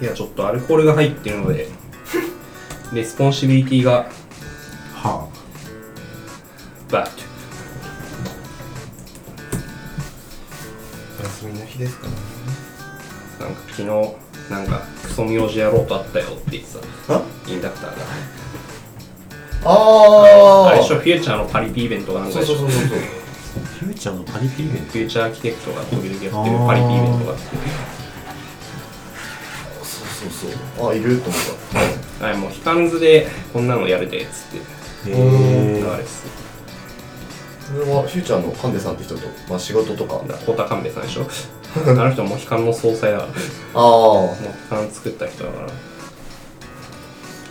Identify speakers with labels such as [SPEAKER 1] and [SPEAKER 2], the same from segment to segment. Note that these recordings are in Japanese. [SPEAKER 1] いやちょっとアルコールが入ってるのでレスポンシビリティが
[SPEAKER 2] は
[SPEAKER 1] バッと
[SPEAKER 2] あお休みの日ですかね
[SPEAKER 1] なんか昨日なんかクソ名字野郎とあったよって言って
[SPEAKER 2] あ
[SPEAKER 1] たインダクターが
[SPEAKER 2] あ
[SPEAKER 1] あれでしょフューチャーのパリピイベントがなんか
[SPEAKER 2] そう
[SPEAKER 1] でし
[SPEAKER 2] そ
[SPEAKER 1] ょ
[SPEAKER 2] うそうそうそう
[SPEAKER 3] フューチャーのパリピイベン
[SPEAKER 1] フューチャーアーキテクトが時々やってるパリピイベントがあって
[SPEAKER 2] そうそうそうあいると思っ
[SPEAKER 1] あれもう悲観図でこんなのやるでっつって
[SPEAKER 3] トへ
[SPEAKER 1] 流
[SPEAKER 3] え
[SPEAKER 1] れっす
[SPEAKER 2] たこれはフューチャーの神戸さんって人と、まあ、仕事とか
[SPEAKER 1] だから田勘兵衛さんでしょ あの人もう悲観の総裁だからもう
[SPEAKER 2] ああ
[SPEAKER 1] 悲観作った人だから
[SPEAKER 3] す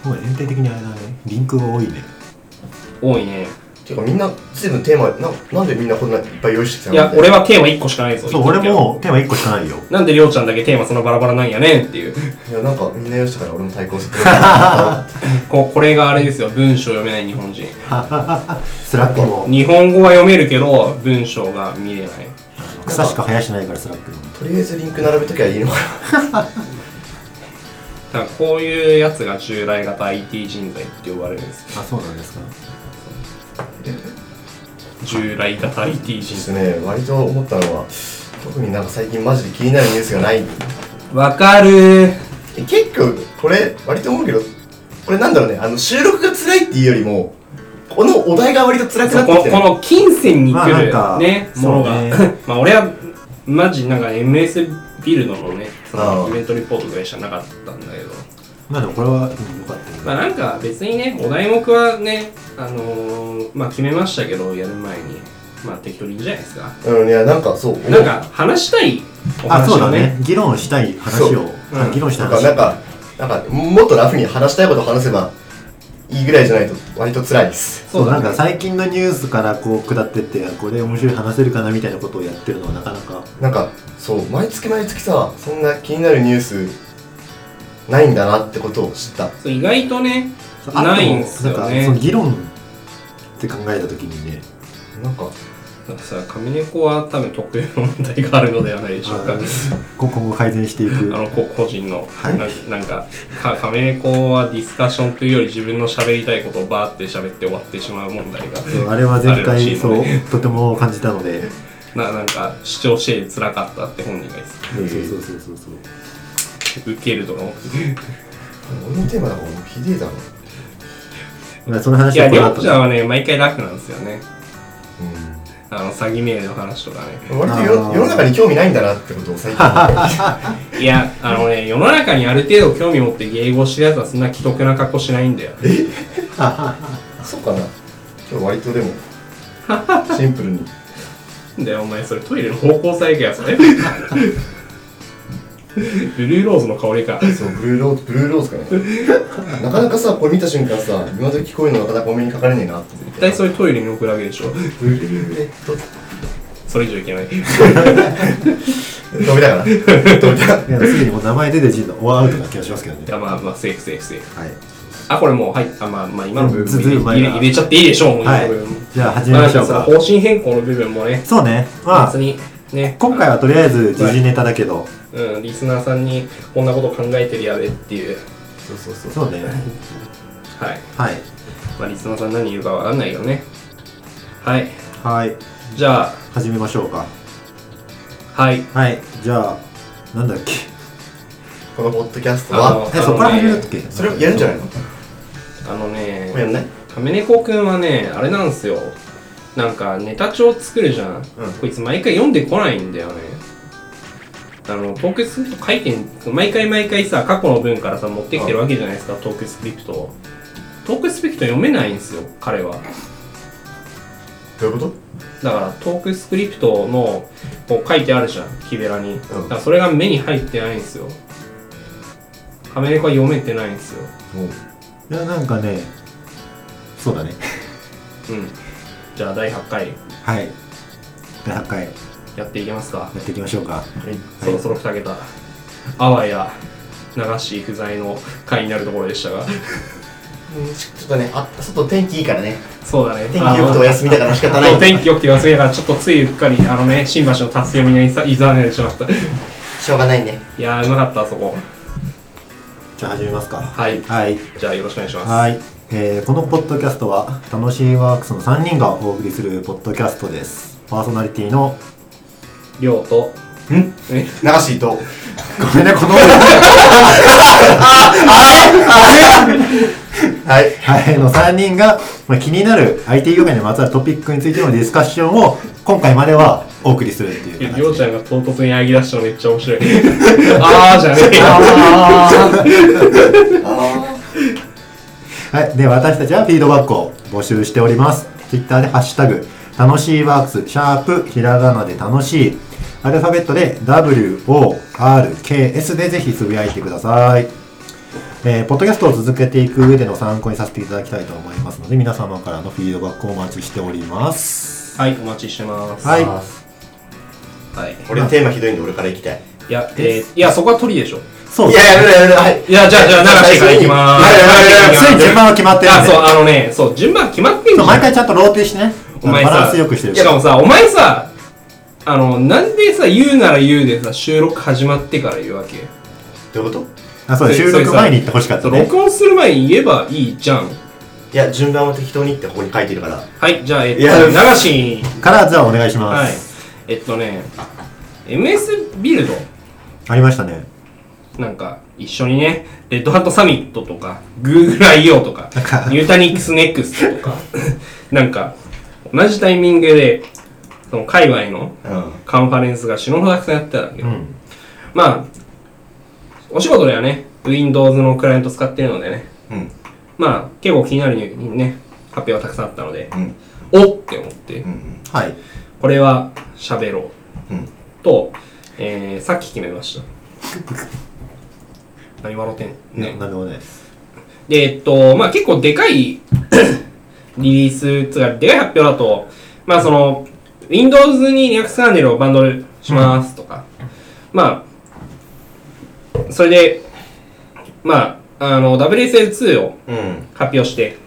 [SPEAKER 3] ごい連帯的にあれだねリンクが多いね
[SPEAKER 1] 多いね
[SPEAKER 2] てかみんな随分テーマななんでみんなこんないっぱい用意してきた
[SPEAKER 1] い
[SPEAKER 2] の
[SPEAKER 1] や俺はテーマ1個しかないぞ
[SPEAKER 3] そう俺もテーマ1個しかないよ
[SPEAKER 1] なんでりょうちゃんだけテーマそのバラバラなんやねんっていう
[SPEAKER 2] いやなんかみんな用意したから俺も対抗してくれた
[SPEAKER 1] こうこれがあれですよ文章読めない日本人
[SPEAKER 3] スラックも
[SPEAKER 1] 日本語は読めるけど文章が見れない
[SPEAKER 3] 草しか生やしてないからスラックも
[SPEAKER 2] とりあえずリンク並べときゃいいのか
[SPEAKER 1] だ
[SPEAKER 2] な
[SPEAKER 1] からこういうやつが従来型 IT 人材って呼ばれるんです
[SPEAKER 3] あそうなんですか
[SPEAKER 1] 従来型 IT 人
[SPEAKER 2] です
[SPEAKER 1] 材
[SPEAKER 2] ね割と思ったのは特になんか最近マジで気になるニュースがない
[SPEAKER 1] わかるー
[SPEAKER 2] え結構これ割と思うけどこれなんだろうねあの収録が辛いっていうよりもこのお題が割と辛くな
[SPEAKER 1] そこ
[SPEAKER 2] ってきて
[SPEAKER 1] この金銭に来る、
[SPEAKER 3] まあなんか
[SPEAKER 1] ねものが、
[SPEAKER 3] そう
[SPEAKER 1] まあ俺はマジなんか MS ビルドのねそ
[SPEAKER 2] あ
[SPEAKER 1] の
[SPEAKER 2] あ
[SPEAKER 1] イベントリポートぐらいしかなかったんだけど
[SPEAKER 3] まあでもこれは、うん、よかったよ
[SPEAKER 1] まあなんか別にねお題目はねあのー、まあ決めましたけどやる前にまあ適当にいいんじゃないですか
[SPEAKER 2] うんいやなんかそう
[SPEAKER 1] なんか話したいお
[SPEAKER 3] あ
[SPEAKER 1] 話
[SPEAKER 3] そうだ
[SPEAKER 1] をね
[SPEAKER 3] ね議論したい話を、
[SPEAKER 1] そう
[SPEAKER 3] あ
[SPEAKER 1] うん
[SPEAKER 3] 議論した
[SPEAKER 2] ないんか
[SPEAKER 3] 話
[SPEAKER 2] なんかなんかもっとラフに話したいことを話せばいいぐらいじゃないと割と辛いです
[SPEAKER 3] そうなん
[SPEAKER 1] ね
[SPEAKER 3] か最近のニュースからこう下ってってあこれ面白い話せるかなみたいなことをやってるのはなかなか
[SPEAKER 2] なんかそう毎月毎月さそんな気になるニュースないんだなってことを知った
[SPEAKER 1] そう意外とね
[SPEAKER 3] そうあっても
[SPEAKER 1] ないんすよ
[SPEAKER 3] なんかその
[SPEAKER 1] ね
[SPEAKER 3] 議論って考えた時にね
[SPEAKER 2] なんか
[SPEAKER 1] だからさ上猫は多分特有の問題があるのではないでしょうか
[SPEAKER 3] あ今後改善していく
[SPEAKER 1] あのこ個人の、
[SPEAKER 3] はい
[SPEAKER 1] ななんかか亀猫はディスカッションというより自分の喋りたいことをバーって喋って終わってしまう問題が
[SPEAKER 3] そうあれは前
[SPEAKER 1] あるらしい
[SPEAKER 3] 回
[SPEAKER 1] の
[SPEAKER 3] そう
[SPEAKER 1] で
[SPEAKER 3] とても感じたので
[SPEAKER 1] ななんか主張して辛かったって本人が言って
[SPEAKER 3] そうそうそうそうそう
[SPEAKER 1] た受けるとか思って
[SPEAKER 2] 俺のテーマだからもうひでえだろ
[SPEAKER 3] まあその話
[SPEAKER 1] いや
[SPEAKER 3] は
[SPEAKER 1] りょ
[SPEAKER 3] だ
[SPEAKER 1] うちゃんはね毎回楽なんですよねあの詐欺メールの話とかね
[SPEAKER 2] うん割と世
[SPEAKER 3] あー
[SPEAKER 2] 世の中に興味ないんだなってことを最近思った
[SPEAKER 1] いやあのね世の中にある程度興味持って迎合してるやつはそんな奇特な格好しないんだよ
[SPEAKER 2] そうかな今日割とでもシンプルに
[SPEAKER 1] なんだよお前それトイレの方向性がやそれブルーローズの香りか
[SPEAKER 2] そうブルーローズブルーローズかねなかなかさこれ見た瞬間さ今時こういうのなかなかお目にかかれねえなって思って
[SPEAKER 1] 絶対それトイレに置くだけでしょ
[SPEAKER 2] ブルーレ ット
[SPEAKER 1] それ以上いけない
[SPEAKER 2] 飛びだから飛びだ
[SPEAKER 3] いやすでにもう名前出て人のおアウトな気がしますけど
[SPEAKER 1] い
[SPEAKER 3] ね
[SPEAKER 1] やまあまあセーフセーフセーフ
[SPEAKER 3] はい、
[SPEAKER 1] あこれもうはいあまあまあ今の部
[SPEAKER 3] ず
[SPEAKER 1] 分
[SPEAKER 3] ずいぶん
[SPEAKER 1] 入
[SPEAKER 3] 前
[SPEAKER 1] れ
[SPEAKER 3] だ
[SPEAKER 1] 入れちゃっていいでしょうもう
[SPEAKER 3] はい
[SPEAKER 1] これも
[SPEAKER 3] じゃあ始め
[SPEAKER 1] まあ
[SPEAKER 3] ま
[SPEAKER 1] なんか
[SPEAKER 3] しょう
[SPEAKER 1] その
[SPEAKER 3] か
[SPEAKER 1] 方針変更の部分もね
[SPEAKER 3] そうねまあ
[SPEAKER 1] 別にね
[SPEAKER 3] 今回はとりあえず時事ネタだけど
[SPEAKER 1] うんリスナーさんにこんなこと考えてるやでっていう
[SPEAKER 2] そうそうそう
[SPEAKER 3] そうね
[SPEAKER 1] はい
[SPEAKER 3] はい
[SPEAKER 1] まあリスナーさん何言うかわかんないけどねはい
[SPEAKER 3] はい
[SPEAKER 1] じゃ
[SPEAKER 3] 始めましょうか
[SPEAKER 1] あはい
[SPEAKER 3] はいじゃあなんだっけ
[SPEAKER 2] このポッドキャスト
[SPEAKER 1] あの
[SPEAKER 2] は
[SPEAKER 3] えそこから始めるっけ
[SPEAKER 2] それをやるんじゃないの
[SPEAKER 1] あのね
[SPEAKER 2] やんない
[SPEAKER 1] 亀猫くんはねあれなんですよなんかネタ帳作るじゃん、こいつ毎回読んでこないんだよねあのトークスクリプト書いてん毎回毎回さ過去の文からさ持ってきてるわけじゃないですかトークスクリプトをトークスクリプト読めないんですよ彼は
[SPEAKER 2] どういうこ
[SPEAKER 1] だからトークスクリプトのこう書いてあるじゃん木べらに、
[SPEAKER 2] うん
[SPEAKER 1] だからそれが目に入ってないんですよ亀猫は読めてないんですよ
[SPEAKER 2] ともう
[SPEAKER 3] いやなんかねそうだね
[SPEAKER 1] うんじゃあ第8回
[SPEAKER 3] はい第8回や
[SPEAKER 1] やっていきますか
[SPEAKER 3] っていきましょうか
[SPEAKER 2] はい
[SPEAKER 1] そろそろ2桁あわや流し不在の回になるところでしたが
[SPEAKER 2] うんちょっとねあ外天気いいからね
[SPEAKER 1] そうだね
[SPEAKER 2] 天気良くてお休みだから仕方
[SPEAKER 1] あ
[SPEAKER 2] な
[SPEAKER 1] のそう
[SPEAKER 2] い
[SPEAKER 1] 天気良くて忘れがちょっとついうっかりあのね新橋の達読みにいざいざねてしまったい
[SPEAKER 2] しょうがないね
[SPEAKER 1] やーうまかったあそこ
[SPEAKER 3] じゃあ始めますか
[SPEAKER 1] はい
[SPEAKER 3] はい
[SPEAKER 1] じゃあよろしくお願いします
[SPEAKER 3] はい、えーこのポッドキャストは楽しいワークスの3人がお送りするポッドキャストですパーソナリティの
[SPEAKER 1] りょうと
[SPEAKER 4] ん
[SPEAKER 1] え
[SPEAKER 4] 流しと
[SPEAKER 3] ごめんね この
[SPEAKER 4] はい
[SPEAKER 3] はいの3人が、まあ、気になる IT 業界にまつわるトピックについてのディスカッションを今回まではお送りするって
[SPEAKER 1] い
[SPEAKER 3] いう
[SPEAKER 1] や
[SPEAKER 3] 形
[SPEAKER 1] りょうちゃんが唐突に上げ出したのめっちゃ面白いあーじゃねえよ
[SPEAKER 4] あ
[SPEAKER 3] あーはい、で私たちはフィードバックを募集しております。Twitter で「ハッシュタグ楽しいワークス」シャープひらがなで楽しいアルファベットで WORKS でぜひつぶやいてください。えーポッドキャストを続けていく上での参考にさせていただきたいと思いますので皆様からのフィードバックをお待ちしております。
[SPEAKER 1] はいお待ちしてます
[SPEAKER 3] はい
[SPEAKER 4] あ
[SPEAKER 1] はい
[SPEAKER 4] 俺テーマひどいんで俺から行きたい
[SPEAKER 1] いやえーいやそこは鳥でしょ
[SPEAKER 3] そう
[SPEAKER 4] い
[SPEAKER 3] です
[SPEAKER 4] や
[SPEAKER 3] ね。
[SPEAKER 4] やめろやめろはい
[SPEAKER 1] いやじゃあじゃあ流してからいきまーす
[SPEAKER 4] はいはいはい
[SPEAKER 3] つい順番は決まってるん
[SPEAKER 1] あ
[SPEAKER 3] で。
[SPEAKER 1] そうあのねそう順番決まってんじゃ
[SPEAKER 3] そうん毎回ちゃんとローテしてね。
[SPEAKER 1] お前
[SPEAKER 3] バ
[SPEAKER 1] さ
[SPEAKER 3] ランスよくしてる
[SPEAKER 1] しかもさお前さあのなんでさ言うなら言うでさ収録始まってから言うわけ
[SPEAKER 4] どういうこと
[SPEAKER 3] あ、そうだ
[SPEAKER 1] それ
[SPEAKER 3] 収録前に行ってほしかっ
[SPEAKER 1] そ
[SPEAKER 3] た
[SPEAKER 1] う
[SPEAKER 3] ね。
[SPEAKER 1] 録音する前に言えばいいじゃん
[SPEAKER 4] いや順番は適当にってここに書いてるから
[SPEAKER 1] はいじゃあえっと
[SPEAKER 4] いや
[SPEAKER 1] 流し
[SPEAKER 3] からじゃあお願いしま
[SPEAKER 1] はい
[SPEAKER 3] す。
[SPEAKER 1] えっとね MS ビルド
[SPEAKER 3] ありましたね。
[SPEAKER 1] なんか一緒にねレッドハットサミットとか GoogleIO とか
[SPEAKER 3] か
[SPEAKER 1] ニュータニックスネクストとかなんか同じタイミングでその界隈の
[SPEAKER 4] うん
[SPEAKER 1] カンファレンスが篠原さんやってたんだけ
[SPEAKER 3] う
[SPEAKER 1] ど、
[SPEAKER 3] ん。
[SPEAKER 1] まあお仕事ではね Windows のクライアント使ってるのでね
[SPEAKER 4] うん
[SPEAKER 1] まあ結構気になるニューにね発表がたくさんあったので
[SPEAKER 4] うん
[SPEAKER 1] おっって思って
[SPEAKER 4] うん
[SPEAKER 3] はい。
[SPEAKER 1] これは喋ろ
[SPEAKER 4] うん
[SPEAKER 1] うと、えー、さっき決めま した何笑ってん
[SPEAKER 3] ね、
[SPEAKER 1] ね
[SPEAKER 3] なんでもないです。
[SPEAKER 1] でえっとまあ結構でかい リリースつうかでかい発表だとまあその Windows に Linux カーネルをバンドルしますとか、まあそれでまああの WSL2 を
[SPEAKER 4] うん
[SPEAKER 1] 発表して、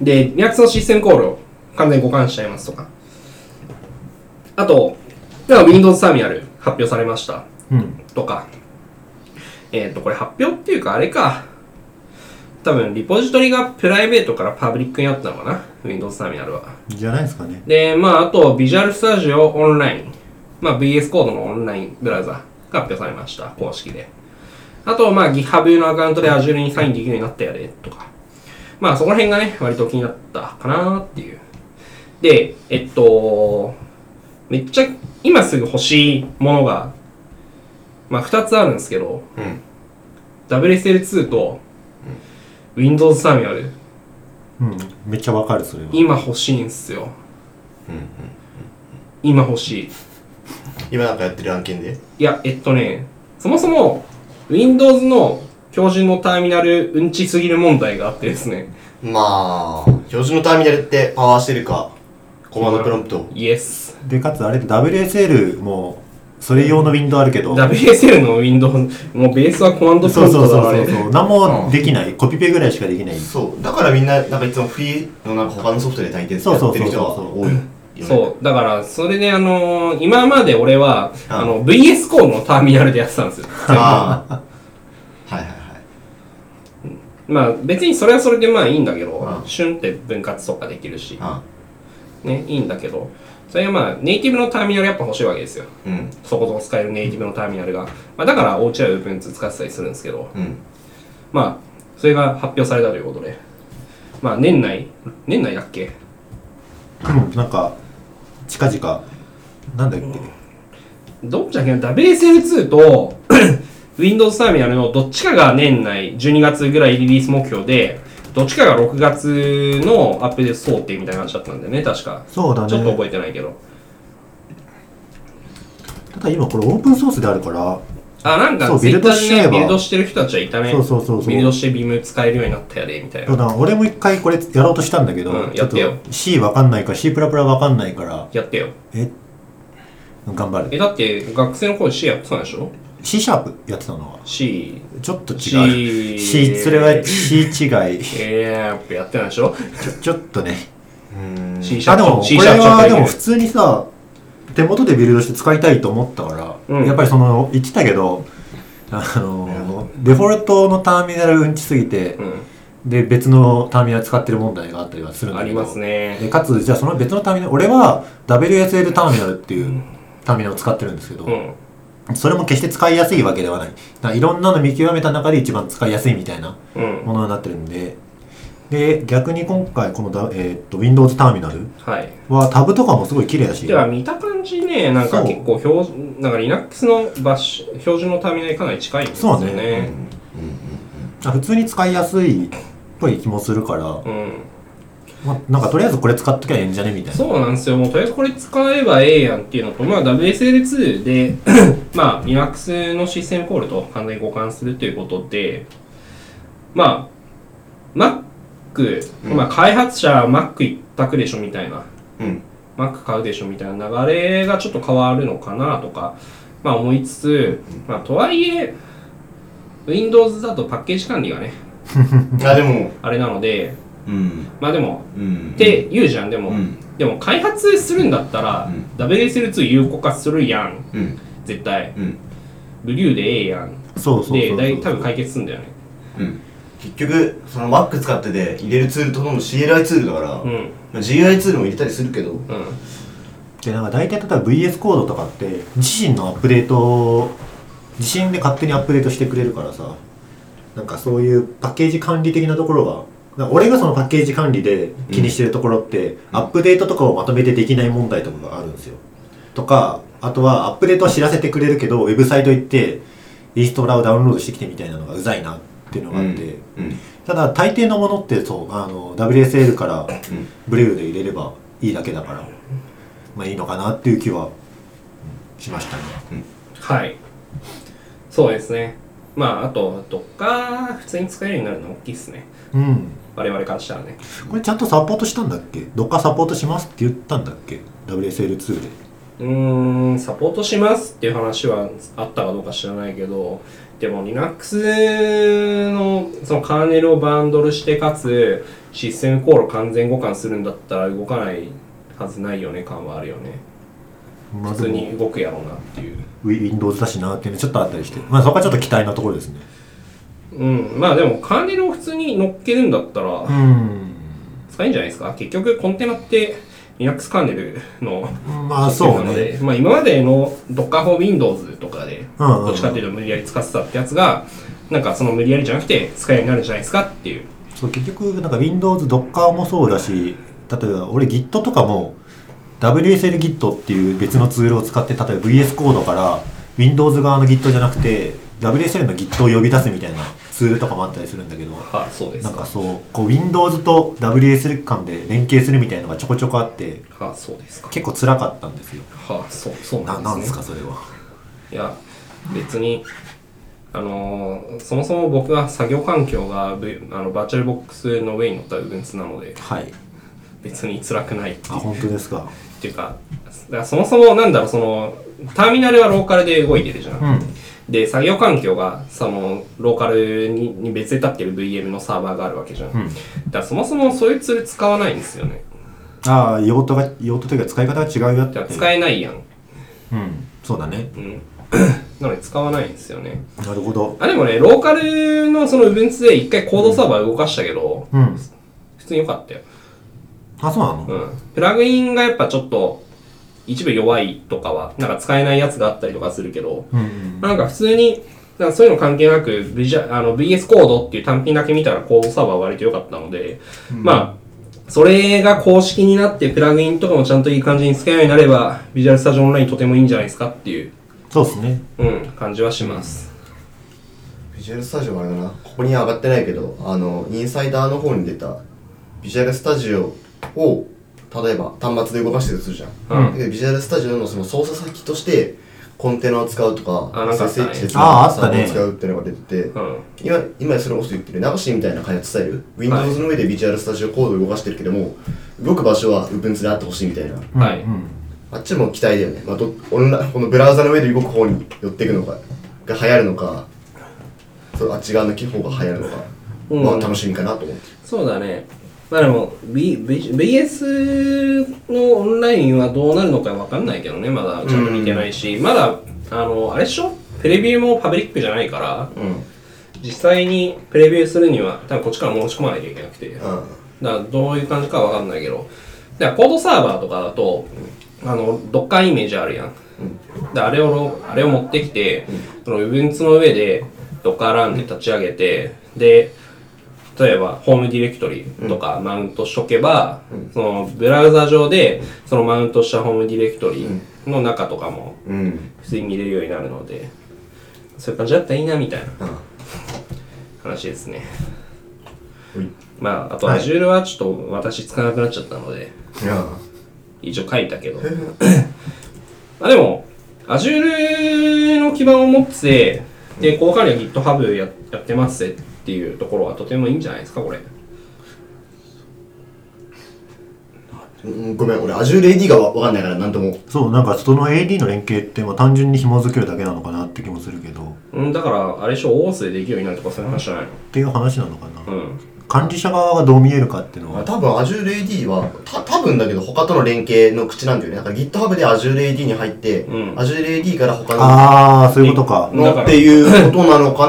[SPEAKER 1] で、Linux のシステムコールを完全に互換しちゃいますとか。あと、なんか Windows ターミナル発表されました
[SPEAKER 3] うん。
[SPEAKER 1] とか。えっ、と、これ発表っていうか、あれか。多分、リポジトリがプライベートからパブリックになったのかな ?Windows ターミナルは。
[SPEAKER 3] じゃないですかね。
[SPEAKER 1] で、まあ、あと、Visual Studio オンライン。まあ、VS コードのオンラインブラウザが発表されました。公式で。あと、まあ、GitHub のアカウントで Azure にサインできるようになったやで、とか。まあ、そこら辺がね、割と気になったかなっていう。で、えっと、めっちゃ今すぐ欲しいものが、まあ、2つあるんですけど、
[SPEAKER 4] うん
[SPEAKER 1] WSL2 と Windows ターミナル。
[SPEAKER 3] うん。めっちゃわかる、それは。
[SPEAKER 1] 今欲しいんですよ。
[SPEAKER 4] うんうん
[SPEAKER 1] 今欲しい。
[SPEAKER 4] 今なんかやってる案件で
[SPEAKER 1] いや、えっとね、そもそも Windows の標準のターミナルうんちすぎる問題があってですね。
[SPEAKER 4] まあ標準のターミナルってパワーしてるかコマンドプロンプト
[SPEAKER 1] イエス。
[SPEAKER 3] で、かつあれって WSL も、それ用のウィンドウあるけど、
[SPEAKER 1] WSL の Windows、もうベースはコマンドプ
[SPEAKER 3] そ
[SPEAKER 1] ロ
[SPEAKER 3] う
[SPEAKER 1] ンプ
[SPEAKER 3] そう
[SPEAKER 1] ト
[SPEAKER 3] そ
[SPEAKER 1] だ
[SPEAKER 3] う
[SPEAKER 1] か
[SPEAKER 3] そ
[SPEAKER 1] ら
[SPEAKER 3] う
[SPEAKER 1] ね。
[SPEAKER 3] そう。何もできない。コピペぐらいしかできない。
[SPEAKER 4] そうだからみんななんかいつもフリーのなんか他のソフトで大抵
[SPEAKER 3] そう
[SPEAKER 4] や
[SPEAKER 3] そ
[SPEAKER 4] っ
[SPEAKER 3] う
[SPEAKER 4] て
[SPEAKER 3] そ
[SPEAKER 4] る
[SPEAKER 3] うそ
[SPEAKER 4] 人
[SPEAKER 3] う
[SPEAKER 4] が多いよね
[SPEAKER 1] そう。だから、それであのー今まで俺は、
[SPEAKER 4] あ
[SPEAKER 1] あの、VS コードのターミナルでやってたんですよ。
[SPEAKER 4] ああはいはいはい
[SPEAKER 1] まあ、別にそれはそれでまあいいんだけど
[SPEAKER 4] う、ん
[SPEAKER 1] シュンって分割とかできるし、
[SPEAKER 4] あ
[SPEAKER 1] ね、いいんだけど、それはまあ、ネイティブのターミナルやっぱ欲しいわけですよ。
[SPEAKER 4] うん
[SPEAKER 1] そこそこ使えるネイティブのターミナルが。まあ、だから、おうちは Ubuntu 使ってたりするんですけど、
[SPEAKER 4] うん
[SPEAKER 1] まあ、それが発表されたということで、まあ、年内、年内だっけ
[SPEAKER 3] うん。なんか、近々、なんだっけ。
[SPEAKER 1] どっちだっけな WSL2 と Windows ターミナルのどっちかが年内、12月ぐらいリリース目標で、どっちかが6月のアップデート想定みたいな話だったんだよね、確か。
[SPEAKER 3] そうだ
[SPEAKER 1] ちょっと
[SPEAKER 3] ね。
[SPEAKER 1] 覚えてないけど。
[SPEAKER 3] ただ今これオープンソースであるから、
[SPEAKER 1] あ、なんか
[SPEAKER 3] そう
[SPEAKER 1] Twitter でね、
[SPEAKER 3] ビルドしちゃえば
[SPEAKER 1] ビルドしてる人たちはいたね。
[SPEAKER 3] そうそうそうそう
[SPEAKER 1] ビルドして Vim 使えるようになったやで、みたい
[SPEAKER 3] た
[SPEAKER 1] な。
[SPEAKER 3] だ俺も一回これやろうとしたんだけど、
[SPEAKER 1] うん
[SPEAKER 3] ちょっと
[SPEAKER 1] やって
[SPEAKER 3] C わかんないから C++ わかんないから、
[SPEAKER 1] やってよ。
[SPEAKER 3] え、頑張
[SPEAKER 1] え、
[SPEAKER 3] る。
[SPEAKER 1] だって学生の頃 C やってたんでしょ
[SPEAKER 3] C シャープやってたのは、
[SPEAKER 1] ?C。
[SPEAKER 3] ちょっと違う。
[SPEAKER 1] C
[SPEAKER 3] C、それは C 違い。
[SPEAKER 1] えー、やっぱやってないでしょ
[SPEAKER 3] ちょちょっとね。
[SPEAKER 4] うん
[SPEAKER 1] C 社
[SPEAKER 3] あでも
[SPEAKER 1] 長、
[SPEAKER 3] こ
[SPEAKER 1] C
[SPEAKER 3] れ
[SPEAKER 1] 社長
[SPEAKER 3] は
[SPEAKER 1] と
[SPEAKER 3] で
[SPEAKER 1] 言
[SPEAKER 3] も
[SPEAKER 1] う
[SPEAKER 3] 普通にさ手元でビルドして使いたいと思ったから、
[SPEAKER 1] うん
[SPEAKER 3] やっぱりその言ってたけどあ
[SPEAKER 4] いや
[SPEAKER 3] のデフォルトのターミナルうんちすぎて、
[SPEAKER 1] う
[SPEAKER 3] で、別のターミナル使ってる問題があったりはするん
[SPEAKER 1] ん。
[SPEAKER 3] だ
[SPEAKER 1] あ
[SPEAKER 3] けど。
[SPEAKER 1] りますね。
[SPEAKER 3] でかつじゃあその別のターミナル俺は WSL ターミナルっていうターミナルを使ってるんですけど、
[SPEAKER 1] うん。
[SPEAKER 3] それも決して使いやすいわけではないだからいろんなの見極めた中で一番使いやすいみたいな
[SPEAKER 1] うん。
[SPEAKER 3] ものになってるんでで逆に今回このだ、えーっと Windows ターミナル
[SPEAKER 1] はい。
[SPEAKER 3] はタブとかもすごい綺麗だし
[SPEAKER 1] では見た感じね、なんか
[SPEAKER 3] そう
[SPEAKER 1] 結構標準、なんか Linux のバッシュ、標準のターミナルにかなり近いんです
[SPEAKER 3] そ
[SPEAKER 1] よ
[SPEAKER 3] うね
[SPEAKER 1] ね。
[SPEAKER 3] うん普通に使いやすいっぽい気もするから、
[SPEAKER 1] うん。
[SPEAKER 3] まあ、なんかとりあえずこれ使っときゃええんじゃねみたいな
[SPEAKER 1] そうなんですよ。もうとりあえずこれ使えばええやんっていうのと、まあ WSL2 で、 まあ Linux のシステムコールと完全に互換するということで、まあ Mac、まあ開発者は Mac 一択でしょみたいな、
[SPEAKER 4] うん。
[SPEAKER 1] Mac 買うでしょみたいな流れがちょっと変わるのかなとか、まあ思いつつ、まあとはいえ、Windows だとパッケージ管理がね、
[SPEAKER 4] あ、でも、
[SPEAKER 1] あれなので、
[SPEAKER 4] うん。
[SPEAKER 1] まあでも、
[SPEAKER 4] うん。
[SPEAKER 1] って言うじゃん、でも、
[SPEAKER 4] うん。
[SPEAKER 1] でも開発するんだったら、
[SPEAKER 4] うん
[SPEAKER 1] WSL2 有効化するやん
[SPEAKER 4] うん。
[SPEAKER 1] 絶対
[SPEAKER 4] うん。
[SPEAKER 1] ブリューでええやん
[SPEAKER 3] そうそうそう
[SPEAKER 1] でだい多
[SPEAKER 3] そう
[SPEAKER 1] 分解決するんだよね
[SPEAKER 4] うん。結局、その Mac 使ってて入れるツールとほとんど CLI ツールだから、
[SPEAKER 1] うん
[SPEAKER 4] まあ GUI ツールも入れたりするけど、
[SPEAKER 1] うん
[SPEAKER 3] でなんか大体例えば VS コードとかって自身のアップデートを自身で勝手にアップデートしてくれるからさなんかそういうパッケージ管理的なところがなんか俺がそのパッケージ管理で気にしてるところって、アップデートとかをまとめてできない問題とかがあるんですよとかあとはアップデートは知らせてくれるけどウェブサイト行ってインストラをダウンロードしてきてみたいなのがうざいなっていうのがあって、
[SPEAKER 4] うん。
[SPEAKER 3] ただ大抵のものってそうあの WSL からブレューで入れればいいだけだから、まあいいのかなっていう気はうんしましたね
[SPEAKER 1] はいそうですねまああとどっか普通に使えるようになるの大きいっすね
[SPEAKER 3] うん
[SPEAKER 1] 我々からしたらね
[SPEAKER 3] これちゃんとサポートしたんだっけどっかサポートしますって言ったんだっけ WSL2 で
[SPEAKER 1] うーんサポートしますっていう話はあったかどうか知らないけどでも Linux のそのカーネルをバンドルしてかつシステムコール完全互換するんだったら動かないはずないよね感はあるよね
[SPEAKER 3] まあ
[SPEAKER 1] 普通
[SPEAKER 3] でも
[SPEAKER 1] に動くやろうなっていう
[SPEAKER 3] Windows だしなっていうのちょっとあったりしてまあそこはちょっと期待なところですね
[SPEAKER 1] うんまあでもカーネルを普通に乗っけるんだった
[SPEAKER 3] う
[SPEAKER 1] ら
[SPEAKER 3] ん
[SPEAKER 1] 使えんじゃないですか結局コンテナって Linux カーネルの
[SPEAKER 3] まあそう
[SPEAKER 1] なの
[SPEAKER 3] ね
[SPEAKER 1] で、まあ、今までの Docker for Windows とかで、
[SPEAKER 3] うんうんうん
[SPEAKER 1] どっちかっていうと無理やり使ってたってやつが、なんかその無理やりじゃなくて使えるようになるんじゃないですかっていう。
[SPEAKER 3] そう結局なんか Windows Docker もそうだし例えば俺 Git とかも WSLGit っていう別のツールを使って例えば VS コードから Windows 側の Git じゃなくて WSL の Git を呼び出すみたいなツールとかもあったりするんだけど
[SPEAKER 1] はい、そうで
[SPEAKER 3] なん
[SPEAKER 1] す
[SPEAKER 3] か
[SPEAKER 1] か。
[SPEAKER 3] そうこう Windows と WSL 間で連携するみたいなのがちょこちょこあって
[SPEAKER 1] はあ、そうですか。
[SPEAKER 3] 結構辛かったんですよ
[SPEAKER 1] はあ、そう、そう
[SPEAKER 3] な
[SPEAKER 1] な
[SPEAKER 3] なんん
[SPEAKER 1] で
[SPEAKER 3] ですす
[SPEAKER 1] ね
[SPEAKER 3] か。それはい
[SPEAKER 1] や、別に、あのーそもそも僕は作業環境が、V- あのバーチャルボックスの上に乗った Ubuntu なので、
[SPEAKER 3] はい
[SPEAKER 1] 別に辛くないって
[SPEAKER 3] あ
[SPEAKER 1] いう
[SPEAKER 3] 本当ですか
[SPEAKER 1] っていうか、だからそもそもなんだろう、その、ターミナルはローカルで動いてるじゃん。
[SPEAKER 3] うん
[SPEAKER 1] で、作業環境が、その、ローカルにに別で立ってる VM のサーバーがあるわけじゃん。
[SPEAKER 3] う
[SPEAKER 1] だ
[SPEAKER 3] ん
[SPEAKER 1] からそもそもそういうツール使わないんですよね。
[SPEAKER 3] ああ用途が用途というか使い方が違うよっ
[SPEAKER 1] だから
[SPEAKER 3] て
[SPEAKER 1] 使えないやん。
[SPEAKER 3] うんそうだね
[SPEAKER 1] うん。なので使わないんですよね。
[SPEAKER 3] なるほど
[SPEAKER 1] あ、でもね、ローカルのその Ubuntu で一回コードサーバー動かしたけど、
[SPEAKER 3] うん
[SPEAKER 1] 普通に良かったよ。
[SPEAKER 3] あそうなの、
[SPEAKER 1] うん。プラグインがやっぱちょっと、一部弱いとかは、なんか使えないやつがあったりとかするけど、
[SPEAKER 3] うんうん
[SPEAKER 1] なんか普通に、なんかそういうの関係なく、ビジュあの VS コードっていう単品だけ見たらコードサーバーは割と良かったので、まあ、それが公式になってプラグインとかもちゃんといい感じに使えるようになれば、ビジュアルスタジオオンラインとてもいいんじゃないですかっていう、
[SPEAKER 3] そうですね
[SPEAKER 1] うん、感じはします。
[SPEAKER 4] ビジュアルスタジオはあれだな、ここには上がってないけど、あの、インサイダーの方に出た、ビジュアルスタジオを、例えば端末で動かしてるとするじゃん。
[SPEAKER 1] う
[SPEAKER 4] でビジュアルスタジオのその操作先として、コンテナを使うとか、
[SPEAKER 1] あなんかあったね
[SPEAKER 4] SSH で
[SPEAKER 3] ああ
[SPEAKER 4] サーバ
[SPEAKER 3] あ
[SPEAKER 4] ー
[SPEAKER 3] ったね
[SPEAKER 4] を使うっていうのが出てて、
[SPEAKER 1] うん。
[SPEAKER 4] 今、今それこそ言ってる、流しみたいな開発スタイル、Windows の上でビジュアルスタジオコードを動かしてるけども、動く場所は Ubuntu であってほしいみたいな。
[SPEAKER 1] はい
[SPEAKER 3] うん
[SPEAKER 4] あっちも期待だよね。まあ、どオンラこのブラウザの上で動く方に寄っていくのか、が流行るのか、そうあっち側の方が流行るのか、
[SPEAKER 1] うん
[SPEAKER 4] まあ楽しみかなと思って。
[SPEAKER 1] そうだね。まあでも、B、B- VS のオンラインはどうなるのかわかんないけどね、まだちゃんと見てないし、まだ、あの、あれっしょプレビューもパブリックじゃないから、
[SPEAKER 4] うん。
[SPEAKER 1] 実際にプレビューするには、多分こっちから申し込まなきゃいけなくて。
[SPEAKER 2] うん
[SPEAKER 1] だからどういう感じかは分かんないけどだからコードサーバーとかだと、あのドッカーイメージあるやん、であれをろあれを持ってきて、その Ubuntu の上でドッカーランで立ち上げてで例えばホームディレクトリとかマウントしとけば、そのブラウザ上でそのマウントしたホームディレクトリの中とかも
[SPEAKER 2] うん
[SPEAKER 1] 普通に見れるようになるのでそういう感じだったらいいなみたいな
[SPEAKER 2] うん
[SPEAKER 1] 話ですね
[SPEAKER 2] ほい
[SPEAKER 1] まああと
[SPEAKER 2] はい
[SPEAKER 1] Azure はちょっと私使わなくなっちゃったので、
[SPEAKER 2] いや
[SPEAKER 1] 一応書いたけど。まあでも、Azure の基盤を持って、で、こう管理は GitHub ややってますっていうところはとてもいいんじゃないですか、これ。
[SPEAKER 2] うんごめん俺 AzureAD がわわかんないからなんとも
[SPEAKER 3] そうなんかその AD の連携ってまあ単純に紐づけるだけなのかなって気もするけどっ
[SPEAKER 1] うん、だから、あれでしょ、オースでできるようになるとかそういう話じゃないの。
[SPEAKER 3] ていう話なのかな、
[SPEAKER 1] うん。
[SPEAKER 3] 管理者側がどう見えるかっていうの
[SPEAKER 2] 多
[SPEAKER 3] は
[SPEAKER 2] 分 AzureAD はた多分だけど他との連携の口なんだよねだから GitHub で AzureAD に入って、
[SPEAKER 1] うん
[SPEAKER 2] AzureAD から他の
[SPEAKER 3] ああそういうことか
[SPEAKER 1] だから
[SPEAKER 2] のっていうことなのか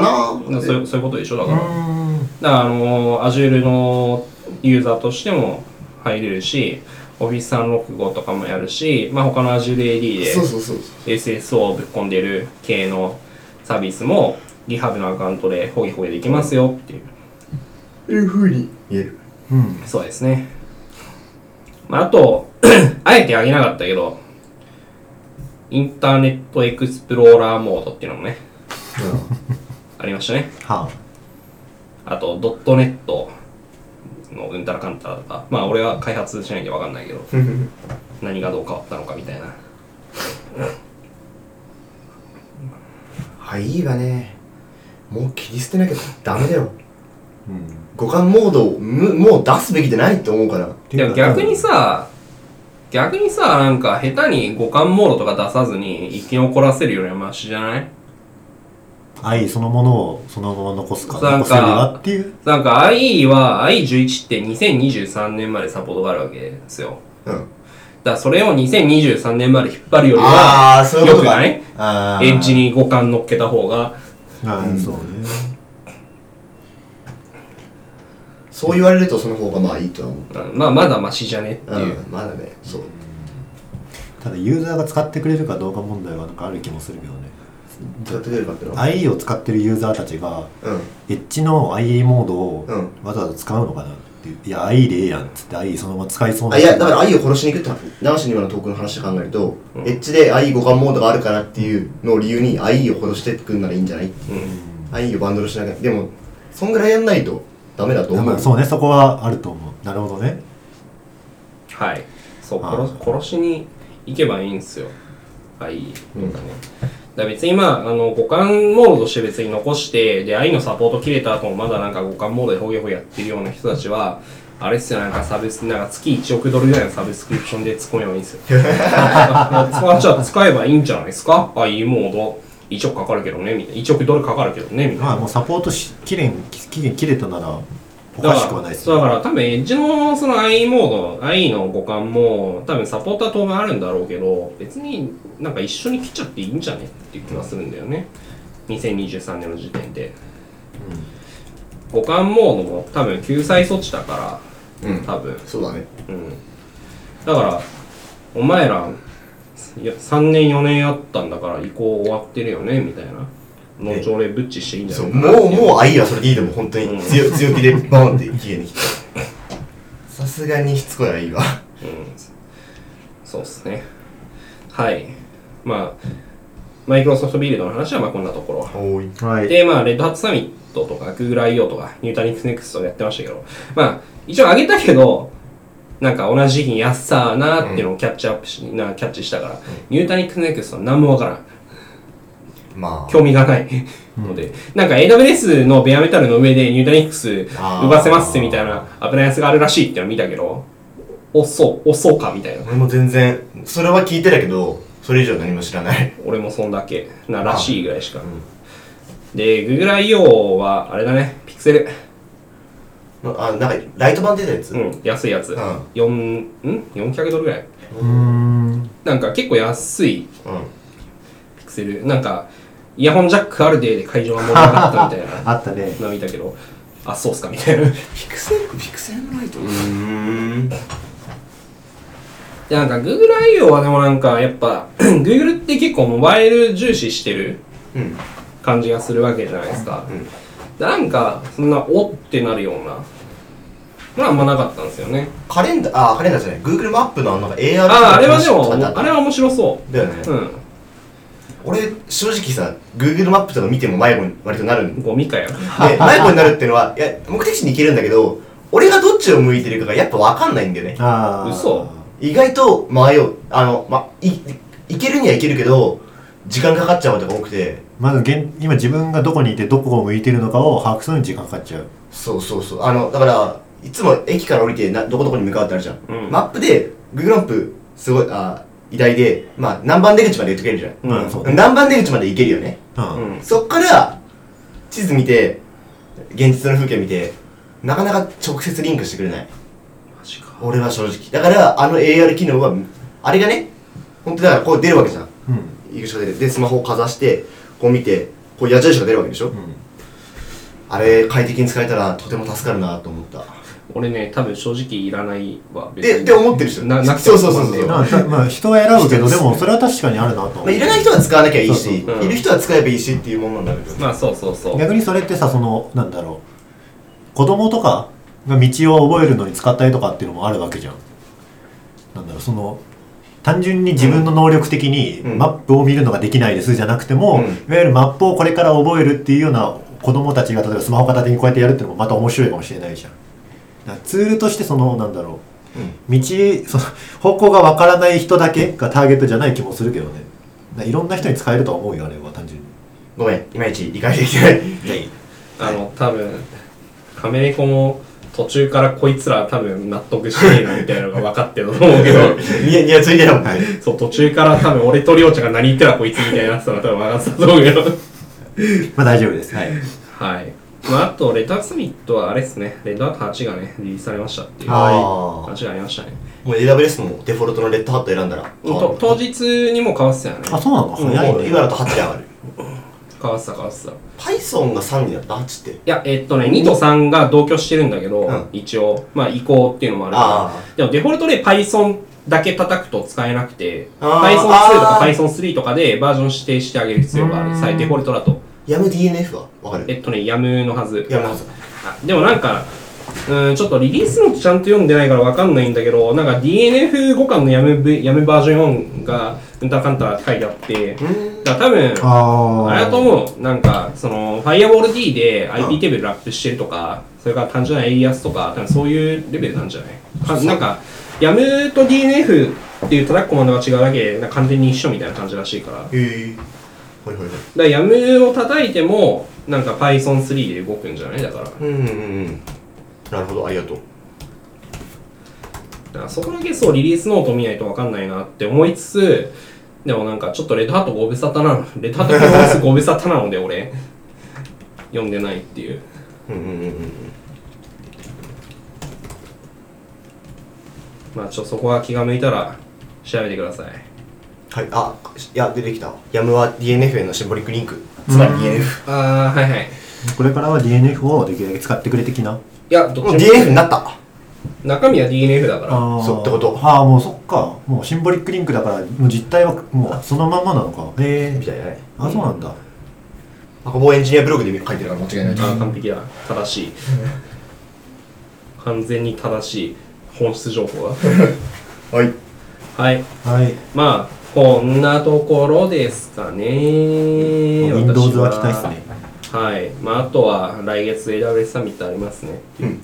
[SPEAKER 1] だか
[SPEAKER 2] な
[SPEAKER 1] らそういうそういうことでしょ、だ
[SPEAKER 3] う
[SPEAKER 1] から。だか
[SPEAKER 3] ーん
[SPEAKER 1] ら、あの、Azure のユーザーとしても入れるし、Office365 とかもやるし、まあ他の AzureAD で。
[SPEAKER 2] そうそうそう
[SPEAKER 1] SSO をぶっ込んでる系のサービスも GitHub のアカウントでホゲホゲできますよっていう
[SPEAKER 2] いうふうに見える
[SPEAKER 3] うん
[SPEAKER 1] そうですね、まあ、あと あえてあげなかったけどインターネットエクスプローラーモードっていうのもねありましたね
[SPEAKER 3] は
[SPEAKER 1] あとドットネットのうんたらかんたらとかまあ俺は開発しないんでわかんないけど
[SPEAKER 2] うん
[SPEAKER 1] 何がどう変わったのかみたいな
[SPEAKER 2] はいいいわねもう切り捨てなきゃダメだよ
[SPEAKER 3] あうん
[SPEAKER 2] 五感モードをむもう出すべきでないって思うから
[SPEAKER 1] でも逆にさ逆にさなんか下手に五感モードとか出さずに一見怒らせるよりはマシじゃない
[SPEAKER 3] 愛そのものをそのまま残すか
[SPEAKER 1] なんか
[SPEAKER 3] 残せるかっていう
[SPEAKER 1] なんか IE は IE11 って2023年までサポートがあるわけですよ
[SPEAKER 2] うん
[SPEAKER 1] だからそれを2023年まで引っ張るよりは
[SPEAKER 2] ああーそういうこと
[SPEAKER 1] よく
[SPEAKER 2] か
[SPEAKER 1] ない
[SPEAKER 2] あー
[SPEAKER 1] エッジに五感乗っけた方が
[SPEAKER 3] うんそうね
[SPEAKER 2] そう言われるとその方がまあいいとは思う
[SPEAKER 1] うんまあまだマシじゃねっていう、
[SPEAKER 2] うんまだねそう
[SPEAKER 3] ただユーザーが使ってくれるかどうか問題はなんかある気もするけどね
[SPEAKER 2] 使ってくれるかっていうのは
[SPEAKER 3] IE を使ってるユーザーたちが
[SPEAKER 2] うん
[SPEAKER 3] エッジの IE モードを
[SPEAKER 2] うん
[SPEAKER 3] わざわざ使うのかなっていういや IE でええやんっつって IE そのまま使いそうな
[SPEAKER 2] あいやだから愛を殺しに行くって流しに今のトークの話で考えると、エッジで愛互換モードがあるからっていうのを理由に愛を殺してくんならいいんじゃない愛をバンドルしなきゃでもそんぐらいやんないとダメだと
[SPEAKER 3] だ
[SPEAKER 2] 思
[SPEAKER 3] か
[SPEAKER 2] う
[SPEAKER 3] らそうねそこはあると思うなるほどね
[SPEAKER 1] はいそう
[SPEAKER 3] あー
[SPEAKER 1] 殺殺しに行けばいいんですよ IE とかね、だから別にまああの五感モードとして別に残してで IE のサポート切れた後もまだなんか五感モードでホゲホゲやってるような人たちはあれっすよなんかサブスなんか月1億ドルぐらいのサブスクリプションで突っ込めばいいん ですよ使っちゃ使えばいいんじゃないですか IE モード1億かかるけどねみたいな1億ドルかかるけどねみたいな
[SPEAKER 3] まあもうサポートし期限期限切れたならおかしくはないです
[SPEAKER 1] だ
[SPEAKER 3] ね
[SPEAKER 1] からだから多分エッジのその IE モード IE の互換も多分サポーター当分あるんだろうけど別になんか一緒に来ちゃっていいんじゃねっていう気がするんだよね2023年の時点で、互換モードも多分救済措置だから、
[SPEAKER 2] うん
[SPEAKER 1] 多分
[SPEAKER 2] そうだね
[SPEAKER 1] うんだからお前らいや3年4年あったんだから移行終わってるよねみたいなの条例ぶっちしていいんじゃ
[SPEAKER 2] そ
[SPEAKER 1] ないか
[SPEAKER 2] う
[SPEAKER 1] な
[SPEAKER 2] もうもう愛はそれでいいでも本当に強,、強気でバーンって機嫌に来たさすがにしつこい愛は
[SPEAKER 1] うん、そうっすね。はい。まあ、マイクロソフトビルドの話はまあこんなところ。
[SPEAKER 2] おい
[SPEAKER 3] はい
[SPEAKER 1] で、まあ、レッドハットサミットとか、Google I.O. とか、ニュータニックスネクストやってましたけど、まあ、一応上げたけど、なんか同じ日に安さーなーっていうのをキャッチアップし、なキャッチしたから、ニュータニックスネクストは何もわからん。
[SPEAKER 2] まあ
[SPEAKER 1] 興味がないので、なんか AWS のベアメタルの上でニュータニックス
[SPEAKER 2] あー
[SPEAKER 1] 奪せますみたいな危ないやつがあるらしいっていうのを見たけど、おっそう、おっそうかみたいな。
[SPEAKER 2] 俺も全然それは聞いてたけどそれ以上何も知らない
[SPEAKER 1] 俺もそんだけならしいぐらいしか、
[SPEAKER 2] ん
[SPEAKER 1] で Google I.O. はあれだねピクセル、
[SPEAKER 2] あなんかライト版出たやつ、
[SPEAKER 1] うん、安いやつ、
[SPEAKER 2] うん
[SPEAKER 1] 4ん400ドルぐらいう
[SPEAKER 3] ーん
[SPEAKER 1] なんか結構安い
[SPEAKER 2] うん
[SPEAKER 1] ピクセルなんかイヤホンジャックあるで会場が盛り上がったみたいな
[SPEAKER 3] あったね
[SPEAKER 1] の見たけど、あ、そうっすかみたいな。
[SPEAKER 5] ピクセルピクセルライト
[SPEAKER 2] うーん
[SPEAKER 1] でなんか Google I.O. はでもなんかやっぱ Google って結構モバイル重視してる
[SPEAKER 2] うん
[SPEAKER 1] 感じがするわけじゃないですか、
[SPEAKER 2] うん
[SPEAKER 1] でなんかそんなおってなるようなまああんまなかったんですよね
[SPEAKER 2] カレンダーあカレンダーじゃない Google マップのあの AR
[SPEAKER 1] あああれはでも
[SPEAKER 2] あった
[SPEAKER 1] あれは面白そ
[SPEAKER 2] だよね
[SPEAKER 1] ううん
[SPEAKER 2] 俺正直さ Google マップとか見ても迷子に割となるんで
[SPEAKER 1] ゴミかよ
[SPEAKER 2] 迷子になるってのはいや目的地に行けるんだけど俺がどっちを向いてるかがやっぱ分かんないんだよね
[SPEAKER 3] ああ
[SPEAKER 1] 嘘
[SPEAKER 2] 意外と迷うあのまい行けるには行けるけど時間かかっちゃうことが多くて
[SPEAKER 3] まず現今自分がどこにいてどこを向いてるのかを把握するのに時間かかっちゃう
[SPEAKER 2] そうそうそうあのだからいつも駅から降りてなどこどこに向かうってあるじゃん、
[SPEAKER 1] うん
[SPEAKER 2] マップで Google マップすごいあ偉大でまあ南蛮出口まで行ってくれるじゃん、
[SPEAKER 1] うん
[SPEAKER 3] そうね
[SPEAKER 2] 南蛮出口まで行けるよね
[SPEAKER 3] うん、
[SPEAKER 1] うん
[SPEAKER 2] そっから地図見て現実の風景見てなかなか直接リンクしてくれない
[SPEAKER 1] マジか
[SPEAKER 2] 俺は正直だからあの AR 機能はあれがね本当だからこう出るわけじゃん
[SPEAKER 3] うん
[SPEAKER 2] 入り口が出るでスマホをかざしてこう見てこう矢印が出るわけでしょ、
[SPEAKER 3] ん
[SPEAKER 2] あれ快適に使えたらとても助かるなと思った
[SPEAKER 1] 俺ね多分正直いらないわ
[SPEAKER 2] でで思ってる人
[SPEAKER 1] ななくて
[SPEAKER 2] そ
[SPEAKER 1] も
[SPEAKER 2] うそうそうそう
[SPEAKER 3] まあたまあ人は選ぶけどでもそれは確かにあるなと
[SPEAKER 2] まあ、いらない人は使わなきゃいいし
[SPEAKER 1] そうそううん
[SPEAKER 2] いる人は使えばいいしっていうもんなんだけど、
[SPEAKER 1] まあそうそうそう
[SPEAKER 3] 逆にそれってさそのなんだろう子供とかが道を覚えるのに使ったりとかっていうのもあるわけじゃんなんだろうその単純に自分の能力的に
[SPEAKER 2] うん
[SPEAKER 3] マップを見るのができないですじゃなくても、
[SPEAKER 2] うん
[SPEAKER 3] いわゆるマップをこれから覚えるっていうような子供たちが例えばスマホ片手にこうやってやるっていうのもまた面白いかもしれないじゃんだからツールとしてそのなんだろう道その方向がわからない人だけがターゲットじゃない気もするけどねだからいろんな人に使えるとは思うよあれは単純に
[SPEAKER 2] ごめんいまいち理解できてない
[SPEAKER 1] あの多分カメレコも途中からこいつら多分納得してねえなみたいなのが分かってると思うけど
[SPEAKER 2] ニヤニヤついてるもん、
[SPEAKER 1] そう途中から多分俺とりょうちゃんが何言ってらこいつみたいになってたら多分分かってたと思うけど
[SPEAKER 3] まあ大丈夫ですはい
[SPEAKER 1] はい。まあ、あと、レターサミットはあれですね、レッドアート8がね、リリースされましたっていう
[SPEAKER 3] はい
[SPEAKER 2] あ
[SPEAKER 1] 話がありましたね。
[SPEAKER 2] あもう AWS もデフォルトのレッドハット選んだら変わ
[SPEAKER 1] と
[SPEAKER 2] る
[SPEAKER 1] 当日にも買わせたよね。
[SPEAKER 3] あそうなの
[SPEAKER 1] うん
[SPEAKER 3] 早い
[SPEAKER 2] もう
[SPEAKER 3] ね
[SPEAKER 2] 今だと8で上がる
[SPEAKER 1] 買わせた、買わせた。い
[SPEAKER 2] Python が3になった8って
[SPEAKER 1] や、えっとね、2と3が同居してるんだけど、
[SPEAKER 2] うん
[SPEAKER 1] 一応、まあ、移行っていうのもある
[SPEAKER 2] あ
[SPEAKER 1] から。でも、デフォルトで Python だけ叩くと使えなくて、Python2 と
[SPEAKER 2] あー
[SPEAKER 1] か
[SPEAKER 2] あー
[SPEAKER 1] Python3 とかでバージョン指定してあげる必要がある。さデフォルトだと。
[SPEAKER 2] YAMDNF はわかる
[SPEAKER 1] えっとね、YAM のはず。
[SPEAKER 2] YAM のはず
[SPEAKER 1] あでもなんか、うーん、ちょっとリリースのちゃんと読んでないからわかんないんだけど、なんか DNF 互換のやめぶやめバージョン4が、うんたかんたって書いてあって、
[SPEAKER 2] うん
[SPEAKER 1] だから多分、
[SPEAKER 3] あ
[SPEAKER 1] あれだと思う。なんか、その、Firewall D で IP テーブルラップしてるとか、それから単純な AES とか、多分そういうレベルなんじゃないかなんか、やむと DNF っていう叩くコマンドが違うだけで、なんか完全に一緒みたいな感じらしいから。
[SPEAKER 2] へえはいはいはい
[SPEAKER 1] だから、やむを叩いても、なんか Python3 で動くんじゃないだから。
[SPEAKER 2] うんうんうんなるほどありがとう
[SPEAKER 1] だからそこだけそうリリースノート見ないと分かんないなって思いつつでもなんかちょっとレッドハットご無沙汰なのレッドハットクロースご無沙汰なので俺読んでないっていう
[SPEAKER 2] うんうんうんうん
[SPEAKER 1] まあちょっとそこは気が向いたら調べてください
[SPEAKER 2] はい、あ、いや、出てきた。ヤムは DNF へのシンボリックリンク。つまり DNF。
[SPEAKER 1] あーはいはい
[SPEAKER 3] これからは DNF をできるだけ使ってくれ的ない
[SPEAKER 1] やどっ
[SPEAKER 2] もう
[SPEAKER 1] ちも
[SPEAKER 2] DNF になった。
[SPEAKER 1] 中身は DNF だから
[SPEAKER 3] あー
[SPEAKER 2] そうってこと
[SPEAKER 3] ああもうそっかもうシンボリックリンクだからもう実態はもうそのまんまなのかへ
[SPEAKER 2] み
[SPEAKER 3] え
[SPEAKER 2] たいなね。
[SPEAKER 3] あそうなんだ
[SPEAKER 2] 赤棒エンジニアブログで書いてるから間違いない。
[SPEAKER 1] あー完璧だ正しい完全に正しい本質情報だ
[SPEAKER 2] はい。
[SPEAKER 1] はい
[SPEAKER 3] はい
[SPEAKER 1] まあこんなところですかね
[SPEAKER 3] Windows は期
[SPEAKER 1] 私
[SPEAKER 3] 待っすね
[SPEAKER 1] はい、まあ、あとは来月 AWS サミットありますね、
[SPEAKER 2] うん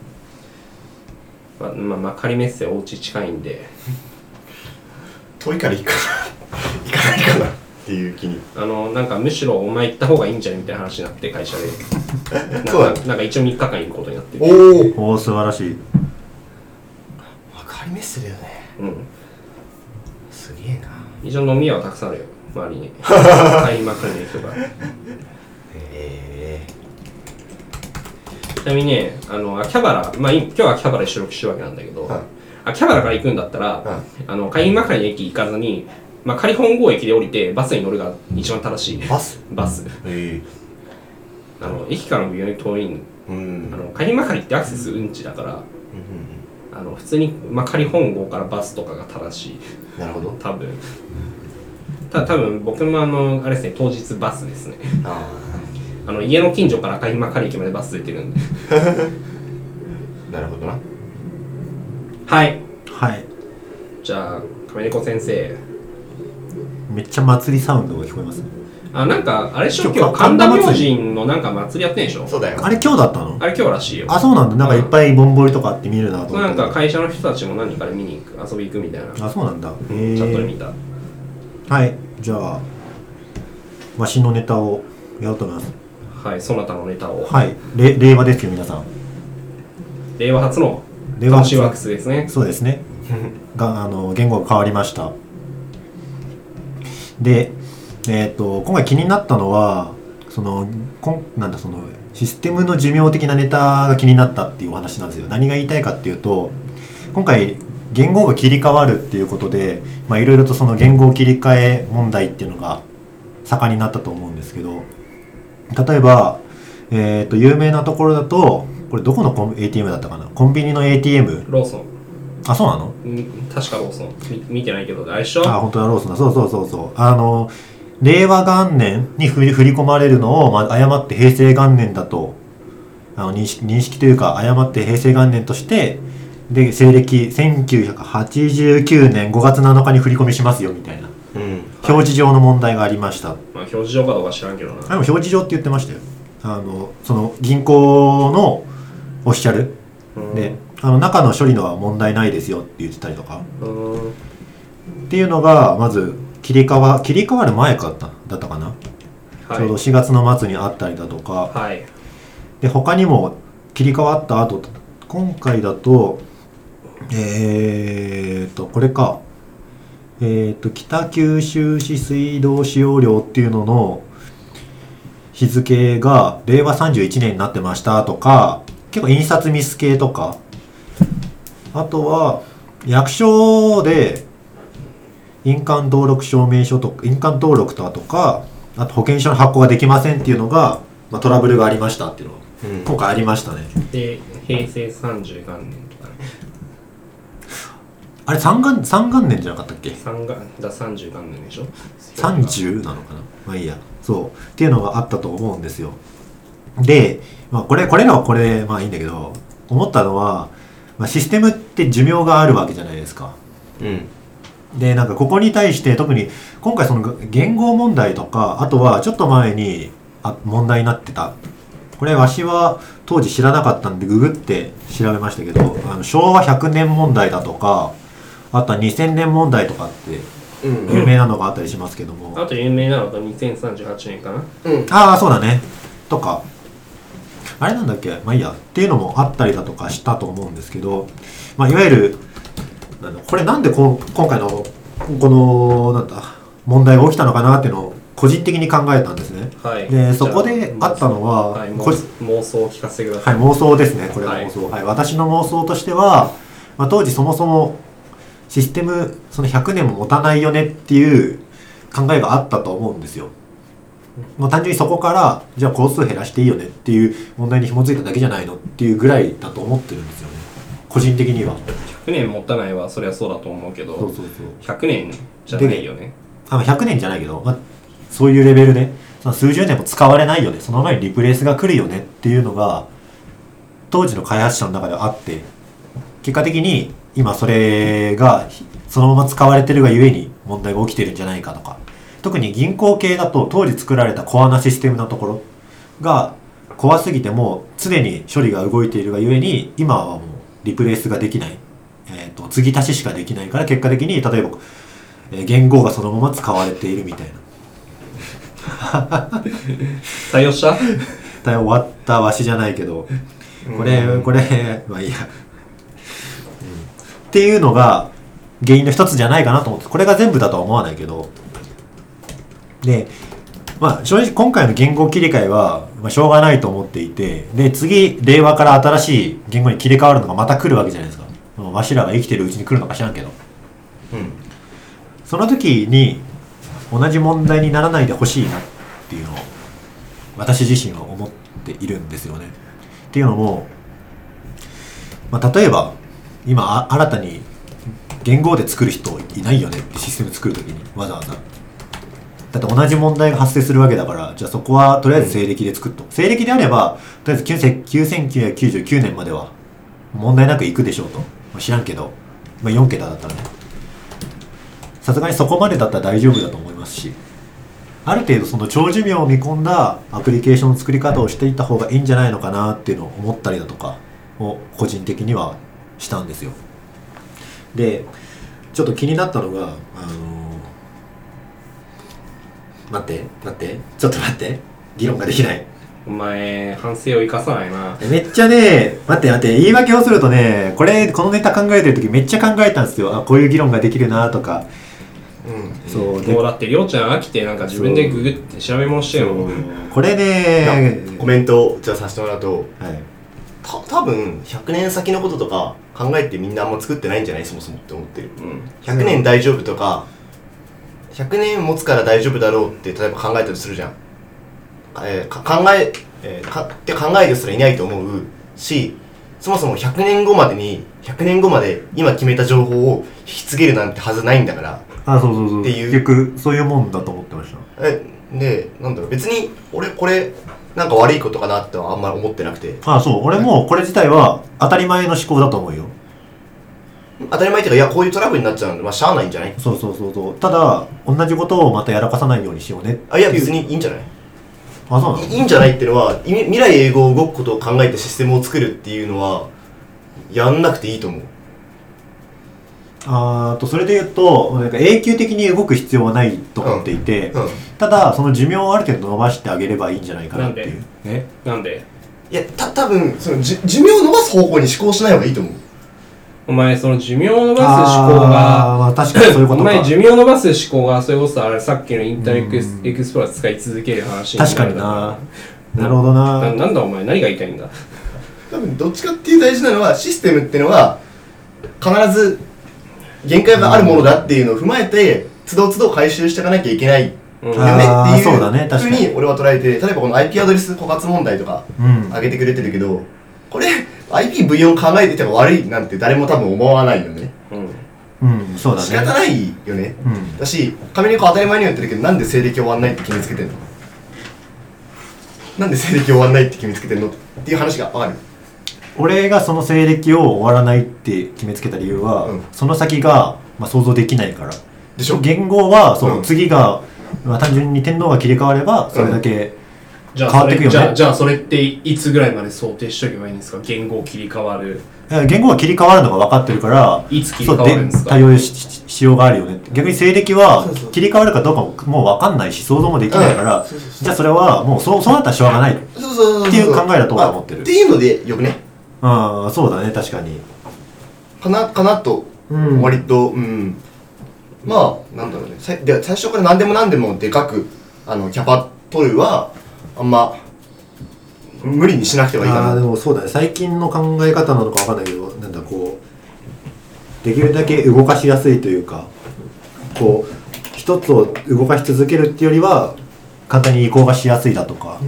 [SPEAKER 1] まあ、まあ、まあ仮メッセお家近いんで
[SPEAKER 2] 遠いから行くかな。行かないかな。っていう気に。
[SPEAKER 1] あのなんかむしろお前行った方がいいんじゃねみたいな話になって会社で なん
[SPEAKER 2] そうだ
[SPEAKER 1] かなんか一応3日間行くことになって
[SPEAKER 2] お
[SPEAKER 1] る、
[SPEAKER 2] ー。
[SPEAKER 3] おお素晴らしい
[SPEAKER 2] 分かりメッセだよね。
[SPEAKER 1] うん、
[SPEAKER 2] すげえな。
[SPEAKER 1] 一応飲み屋はたくさんあるよ周 りに買いまくる人が
[SPEAKER 2] え
[SPEAKER 1] ちなみにねあの秋葉原、まあ、い今日は秋葉原で収録してるわけなんだけど、
[SPEAKER 2] はい
[SPEAKER 1] 秋葉原から行くんだったら、
[SPEAKER 2] は
[SPEAKER 1] あの会員まかりの駅行かずにまあ、仮本郷駅で降りてバスに乗るが一番正しい
[SPEAKER 3] バス
[SPEAKER 1] バス
[SPEAKER 4] え
[SPEAKER 1] あの駅からも微妙に遠いん
[SPEAKER 4] えうん
[SPEAKER 1] あの仮まかりってアクセスうんちだから
[SPEAKER 4] うんうん
[SPEAKER 1] あの普通にま仮本郷からバスとかが正しい
[SPEAKER 4] うんなるほど
[SPEAKER 1] 多分ただ多分僕もあのあれですね当日バスですね
[SPEAKER 4] あ
[SPEAKER 1] あの家の近所から仮まかり駅までバス出てるんで
[SPEAKER 4] あなるほどな
[SPEAKER 1] はい
[SPEAKER 3] はい
[SPEAKER 1] じゃあ亀猫先生
[SPEAKER 3] めっちゃ祭りサウンドが聞こえますね
[SPEAKER 1] あなんかあれでしょ
[SPEAKER 3] 今
[SPEAKER 1] 今
[SPEAKER 3] 日
[SPEAKER 1] 日神田
[SPEAKER 3] 神田
[SPEAKER 1] 明
[SPEAKER 3] 祭り
[SPEAKER 1] 神のなんか祭りやってんでしょ
[SPEAKER 4] そうだよ
[SPEAKER 3] あれ今日だったの
[SPEAKER 1] あれ今日らしいよ
[SPEAKER 3] あそうなんだなんかいっぱいぼんぼりとかあって見るなと思って
[SPEAKER 1] なんか会社の人たちも何人かで見に行く遊び行くみたいな
[SPEAKER 3] あそうなんだへ
[SPEAKER 1] チャットで
[SPEAKER 3] え
[SPEAKER 1] 見た
[SPEAKER 3] はいじゃあわしのネタをやろうと思います
[SPEAKER 1] はいそなたのネタを
[SPEAKER 3] はいれ令和ですよ皆さん
[SPEAKER 1] 令和初の
[SPEAKER 3] 令和
[SPEAKER 1] 投
[SPEAKER 3] 初
[SPEAKER 1] 資ワークスですね
[SPEAKER 3] そうですねがあの言語が変わりましたでえっ、と今回気になったのはそのこんなんだそのシステムの寿命的なネタが気になったっていうお話なんですよ何が言いたいかっていうと今回言語が切り替わるっていうことでまあいろいろとその言語切り替え問題っていうのが盛んになったと思うんですけど例えばえっ、と有名なところだとこれどこのコン ATM だったかなコンビニの ATM
[SPEAKER 1] ローソン
[SPEAKER 3] あ、そうなの
[SPEAKER 1] み確かローソンみ見てないけどあれでしょ
[SPEAKER 3] あ、本当だ、ローソンだ。そうそうそうそう。あの、令和元年に振り振り込まれるのを、まあ、誤って平成元年だと、あの認識認識というか、誤って平成元年として、で、西暦1989年5月7日に振り込みしますよ、みたいな。
[SPEAKER 4] うん
[SPEAKER 3] 表示上の問題がありました。
[SPEAKER 1] まあ表示上かどうか知らんけど
[SPEAKER 3] あ
[SPEAKER 1] な
[SPEAKER 3] でも表示上って言ってましたよ。あの、その、銀行のオフィシャル
[SPEAKER 1] うん
[SPEAKER 3] で、あの、中の処理のは問題ないですよって言ってたりとか。
[SPEAKER 1] うん
[SPEAKER 3] っていうのがまず切り替わ切り替わる前かっただったかな、
[SPEAKER 1] はい
[SPEAKER 3] ちょうど4月の末にあったりだとか、
[SPEAKER 1] はい
[SPEAKER 3] で他にも切り替わった後今回だとえー、とこれかえー、と北九州市水道使用料っていうのの日付が令和31年になってましたとか結構印刷ミス系とかあとは役所で印鑑登録証明書とか印鑑登録だとかあと保険証の発行ができませんっていうのが、まあ、トラブルがありましたっていうのは
[SPEAKER 4] うん
[SPEAKER 3] 今回ありましたね
[SPEAKER 1] で平成30元年とかね
[SPEAKER 3] あれ三元三元年じゃなかったっけ
[SPEAKER 1] 3がだ30元年でしょ
[SPEAKER 3] 30なのかなまあいいやそうっていうのがあったと思うんですよで、まあ、これこれらはこれでまあいいんだけど思ったのは、まあ、システムって寿命があるわけじゃないですか
[SPEAKER 4] うん
[SPEAKER 3] でなんかここに対して特に今回その言語問題とかあとはちょっと前にあ問題になってたこれわしは当時知らなかったんでググって調べましたけどあの昭和100年問題だとかあとは2000年問題とかって
[SPEAKER 4] うん
[SPEAKER 3] 有名なのがあったりしますけども、
[SPEAKER 1] あと有名なのが2038年かな
[SPEAKER 4] うん
[SPEAKER 3] ああそうだねとかあれなんだっけまあいいやっていうのもあったりだとかしたと思うんですけど、まあ、いわゆるなんだこれなんでこう今回のこのなんだ問題が起きたのかなっていうのを個人的に考えたんですね
[SPEAKER 1] はい
[SPEAKER 3] でそこであったのは、
[SPEAKER 1] はい
[SPEAKER 3] こ
[SPEAKER 1] 妄
[SPEAKER 3] い
[SPEAKER 1] 妄想を聞かせてくだ
[SPEAKER 3] は
[SPEAKER 1] さ
[SPEAKER 3] い、
[SPEAKER 1] い
[SPEAKER 3] 妄想ですね、これは
[SPEAKER 1] はい
[SPEAKER 3] 妄想。はい、私の妄想としては、まあ、当時そもそもシステム、その100年も持たないよねっていう考えがあったと思うんですよ。もう単純にそこから、じゃあ工数減らしていいよねっていう問題に紐づいただけじゃないのっていうぐらいだと思ってるんですよね。個人的には。
[SPEAKER 1] 100年もったいないはそりゃそうだと思うけ
[SPEAKER 3] そう
[SPEAKER 1] ど
[SPEAKER 3] そうそう。
[SPEAKER 1] 100年じゃないよね
[SPEAKER 3] あの100年じゃないけど、まあ、そういうレベルで、その数十年も使われないよね、その前にリプレイスが来るよねっていうのが、当時の開発者の中ではあって、結果的に今それがひそのまま使われてるがゆえに問題が起きてるんじゃないかとか、特に銀行系だと当時作られたコアなシステムのところが怖すぎてもう常に処理が動いているがゆえに今はもうリプレイスができない、えー、と継ぎ足ししかできないから結果的に例えばえー言語がそのまま使われているみたいな。
[SPEAKER 1] 採用した
[SPEAKER 3] 対終わったわしじゃないけど、これ、これ、まあいいや。っていうのが原因の一つじゃないかなと思って、これが全部だとは思わないけど。で、まあ正直今回の言語切り替えは、まあ、しょうがないと思っていて、で、次、令和から新しい言語に切り替わるのがまた来るわけじゃないですか。まあわしらが生きてるうちに来るのか知らんけど。
[SPEAKER 4] うん
[SPEAKER 3] そその時に同じ問題にならないでほしいなっていうのを私自身は思っているんですよね。っていうのも、まあ、例えば今あ新たに言語で作る人いないよねってシステム作る時にわざわざ。だって同じ問題が発生するわけだから、じゃあそこはとりあえず西暦で作っと。西暦であれば、とりあえず9000 1999年までは問題なくいくでしょうと。まあ知らんけど、まあ、4桁だったらね。さすがにそこまでだったら大丈夫だと思いますし、ある程度その長寿命を見込んだアプリケーションの作り方をしていった方がいいんじゃないのかなっていうのを思ったりだとかを個人的にはしたんですよ。で、ちょっと気になったのが、あの待って待ってちょっと待って議論ができない
[SPEAKER 1] お前、反省を生かさないな。
[SPEAKER 3] めっちゃね待って待って言い訳をするとねこれこのネタ考えてる時めっちゃ考えたんですよあこういう議論ができるなとか
[SPEAKER 2] うん
[SPEAKER 3] そうで
[SPEAKER 1] もうだって、りょうちゃん飽きて、なんか自分でググって調べ物してるもん。
[SPEAKER 3] これね
[SPEAKER 2] コメントをじゃあさせてもらうと
[SPEAKER 3] はい
[SPEAKER 2] た多分100年先のこととか考えてみんなあんま作ってないんじゃないそもそもって思ってる
[SPEAKER 1] うん。
[SPEAKER 2] 100年大丈夫とか100年持つから大丈夫だろうって例えば考えたとするじゃん、えーか考ええーかって考えるすらいないと思うしそもそも100年後までに100年後まで今決めた情報を引き継げるなんてはずないんだから
[SPEAKER 3] あそうそうそう
[SPEAKER 2] っていう
[SPEAKER 3] 結局そういうもんだと思ってました
[SPEAKER 2] えでなんだろう別に俺これなんか悪いことかなってはあんまり思ってなくて
[SPEAKER 3] あそう俺もこれ自体は当たり前の思考だと思うよ
[SPEAKER 2] 当たり前っていうかいやこういうトラブルになっちゃうんでまあしゃあないんじゃない
[SPEAKER 3] そうそうそうそうただ同じことをまたやらかさないようにしようね
[SPEAKER 2] あいや別にいいんじゃない
[SPEAKER 3] あそうない
[SPEAKER 2] いいんじゃないっていうのはい未来永劫動くことを考えてシステムを作るっていうのはやんなくていいと思う
[SPEAKER 3] のあーとそれで言うとなんか永久的に動く必要はないと思っていて、
[SPEAKER 2] うん
[SPEAKER 3] ただその寿命をある程度伸ばしてあげればいいんじゃないか
[SPEAKER 1] な
[SPEAKER 3] なんって
[SPEAKER 1] で
[SPEAKER 3] いう
[SPEAKER 1] ねなんで
[SPEAKER 2] いやた多分そのじ寿命を伸ばす方向に思考しない方がいいと思う
[SPEAKER 1] お前、その寿命を伸ばす思考が、
[SPEAKER 3] あーまあ確かにそういうこ
[SPEAKER 1] お
[SPEAKER 3] とか
[SPEAKER 1] 前、寿命を伸ばす思考が、それこそあれ、さっきのインターネットエクスエクスプローラー使い続ける話
[SPEAKER 3] 確かにななるほどな
[SPEAKER 1] な。なんだお前、何が言いたいんだ
[SPEAKER 2] 多分どっちかっていうと大事なのはシステムっていうのは必ず限界があるものだっていうのを踏まえて都度都度回収していかなきゃいけないよ
[SPEAKER 1] うん
[SPEAKER 2] ねって
[SPEAKER 3] あー
[SPEAKER 2] い
[SPEAKER 3] そうだね
[SPEAKER 2] う
[SPEAKER 3] 確
[SPEAKER 2] ふ
[SPEAKER 3] か
[SPEAKER 2] う
[SPEAKER 3] に
[SPEAKER 2] に俺は捉えて例えばこの IP アドレス枯渇問題とか
[SPEAKER 3] うん
[SPEAKER 2] 挙げてくれてるけどこれ IPv4 考えてても悪いなんて誰も多分思わないよね
[SPEAKER 1] うん。
[SPEAKER 3] うんそうだね
[SPEAKER 2] 仕方ないよね
[SPEAKER 3] うん
[SPEAKER 2] だし髪の毛当たり前にやってるけどなんで西暦終わんないって決めつけてんのなんで西暦終わんないって決めつけてんのっていう話がわかる
[SPEAKER 3] 俺がその西暦を終わらないって決めつけた理由は、
[SPEAKER 2] うん
[SPEAKER 3] その先が、まあ、想像できないから
[SPEAKER 2] でしょ
[SPEAKER 3] 言語はそう、
[SPEAKER 2] うん
[SPEAKER 3] 次が、まあ、単純に天皇が切り替わればそれだけ、
[SPEAKER 1] じゃあ
[SPEAKER 3] 変わ
[SPEAKER 1] そ
[SPEAKER 3] って
[SPEAKER 1] れ
[SPEAKER 3] くよね
[SPEAKER 1] じゃあじゃあそれっていつぐらいまで想定しとけばいいんですか言語を切り替わる
[SPEAKER 3] え言語が切り替わるのが分かってるから
[SPEAKER 1] いつ切り替わるんですか
[SPEAKER 3] そうで対応しししようがあるよねって逆に西暦は
[SPEAKER 2] そうそう
[SPEAKER 3] 切り替わるかどうかももう分かんないし想像もできないから、
[SPEAKER 2] うんそうそうそう
[SPEAKER 3] じゃあそれはもうそうそうなったらしょうがない
[SPEAKER 2] そうそうそうそう
[SPEAKER 3] っていう考えだと俺は思ってる
[SPEAKER 2] あっていうのでよくね
[SPEAKER 3] ああそうだね確かに
[SPEAKER 2] かなかなと
[SPEAKER 3] うん
[SPEAKER 2] 割とうん、まあなんだろうねさいで最初から何でも何でもでかくあのキャパ取るはあんま無理にしなくてはいい
[SPEAKER 3] あ
[SPEAKER 2] か
[SPEAKER 3] ーで
[SPEAKER 2] な
[SPEAKER 3] もそうだね最近の考え方なのか分かんないけどなんだこうできるだけ動かしやすいというかこう一つを動かし続けるっていうよりは簡単に移行がしやすいだとか、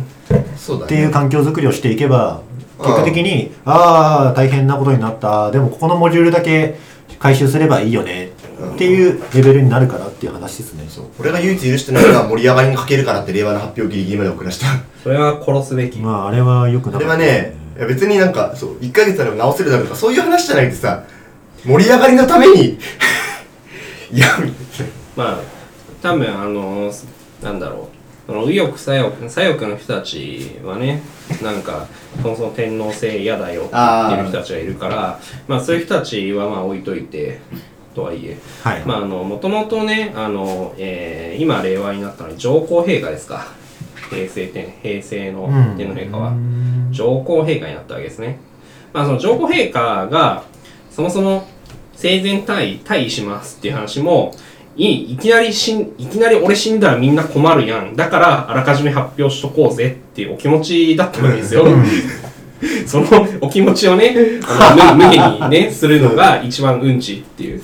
[SPEAKER 2] そうだ
[SPEAKER 3] っていう環境づくりをしていけば結果的にああ大変なことになったでもここのモジュールだけ回収すればいいよねっていうレベルになるからっていう話ですね
[SPEAKER 2] 俺が唯一許してないのは盛り上がりに欠けるからって令和の発表ギリギリまで送らした
[SPEAKER 1] それは殺すべき
[SPEAKER 3] まああれはよくな
[SPEAKER 2] あ
[SPEAKER 3] か
[SPEAKER 2] れ
[SPEAKER 3] った
[SPEAKER 2] はね、いや別になんか、そう、1ヶ月あれば直せるだろうとか、そういう話じゃなくてさ、盛り上がりのために、 いや、みたい
[SPEAKER 1] まあ多分あのなんだろうその右翼左翼左翼の人たちはねなんかそもそも天皇制嫌だよって言ってる人たちがいるからまあそういう人たちはまあ置いといてとはいえ
[SPEAKER 3] はい、
[SPEAKER 1] まああのもともとねあの、えー今令和になったのに上皇陛下ですか平成天平成の
[SPEAKER 3] うん
[SPEAKER 1] 天皇陛下は。上皇陛下になったわけですね。まあその上皇陛下がそもそも生前退位退位しますっていう話もいいきなりしんいきなり俺死んだらみんな困るやんだからあらかじめ発表しとこうぜっていうお気持ちだったわけですよ。 そのお気持ちをね、あのむ無下にね、するのが一番うんちっていう。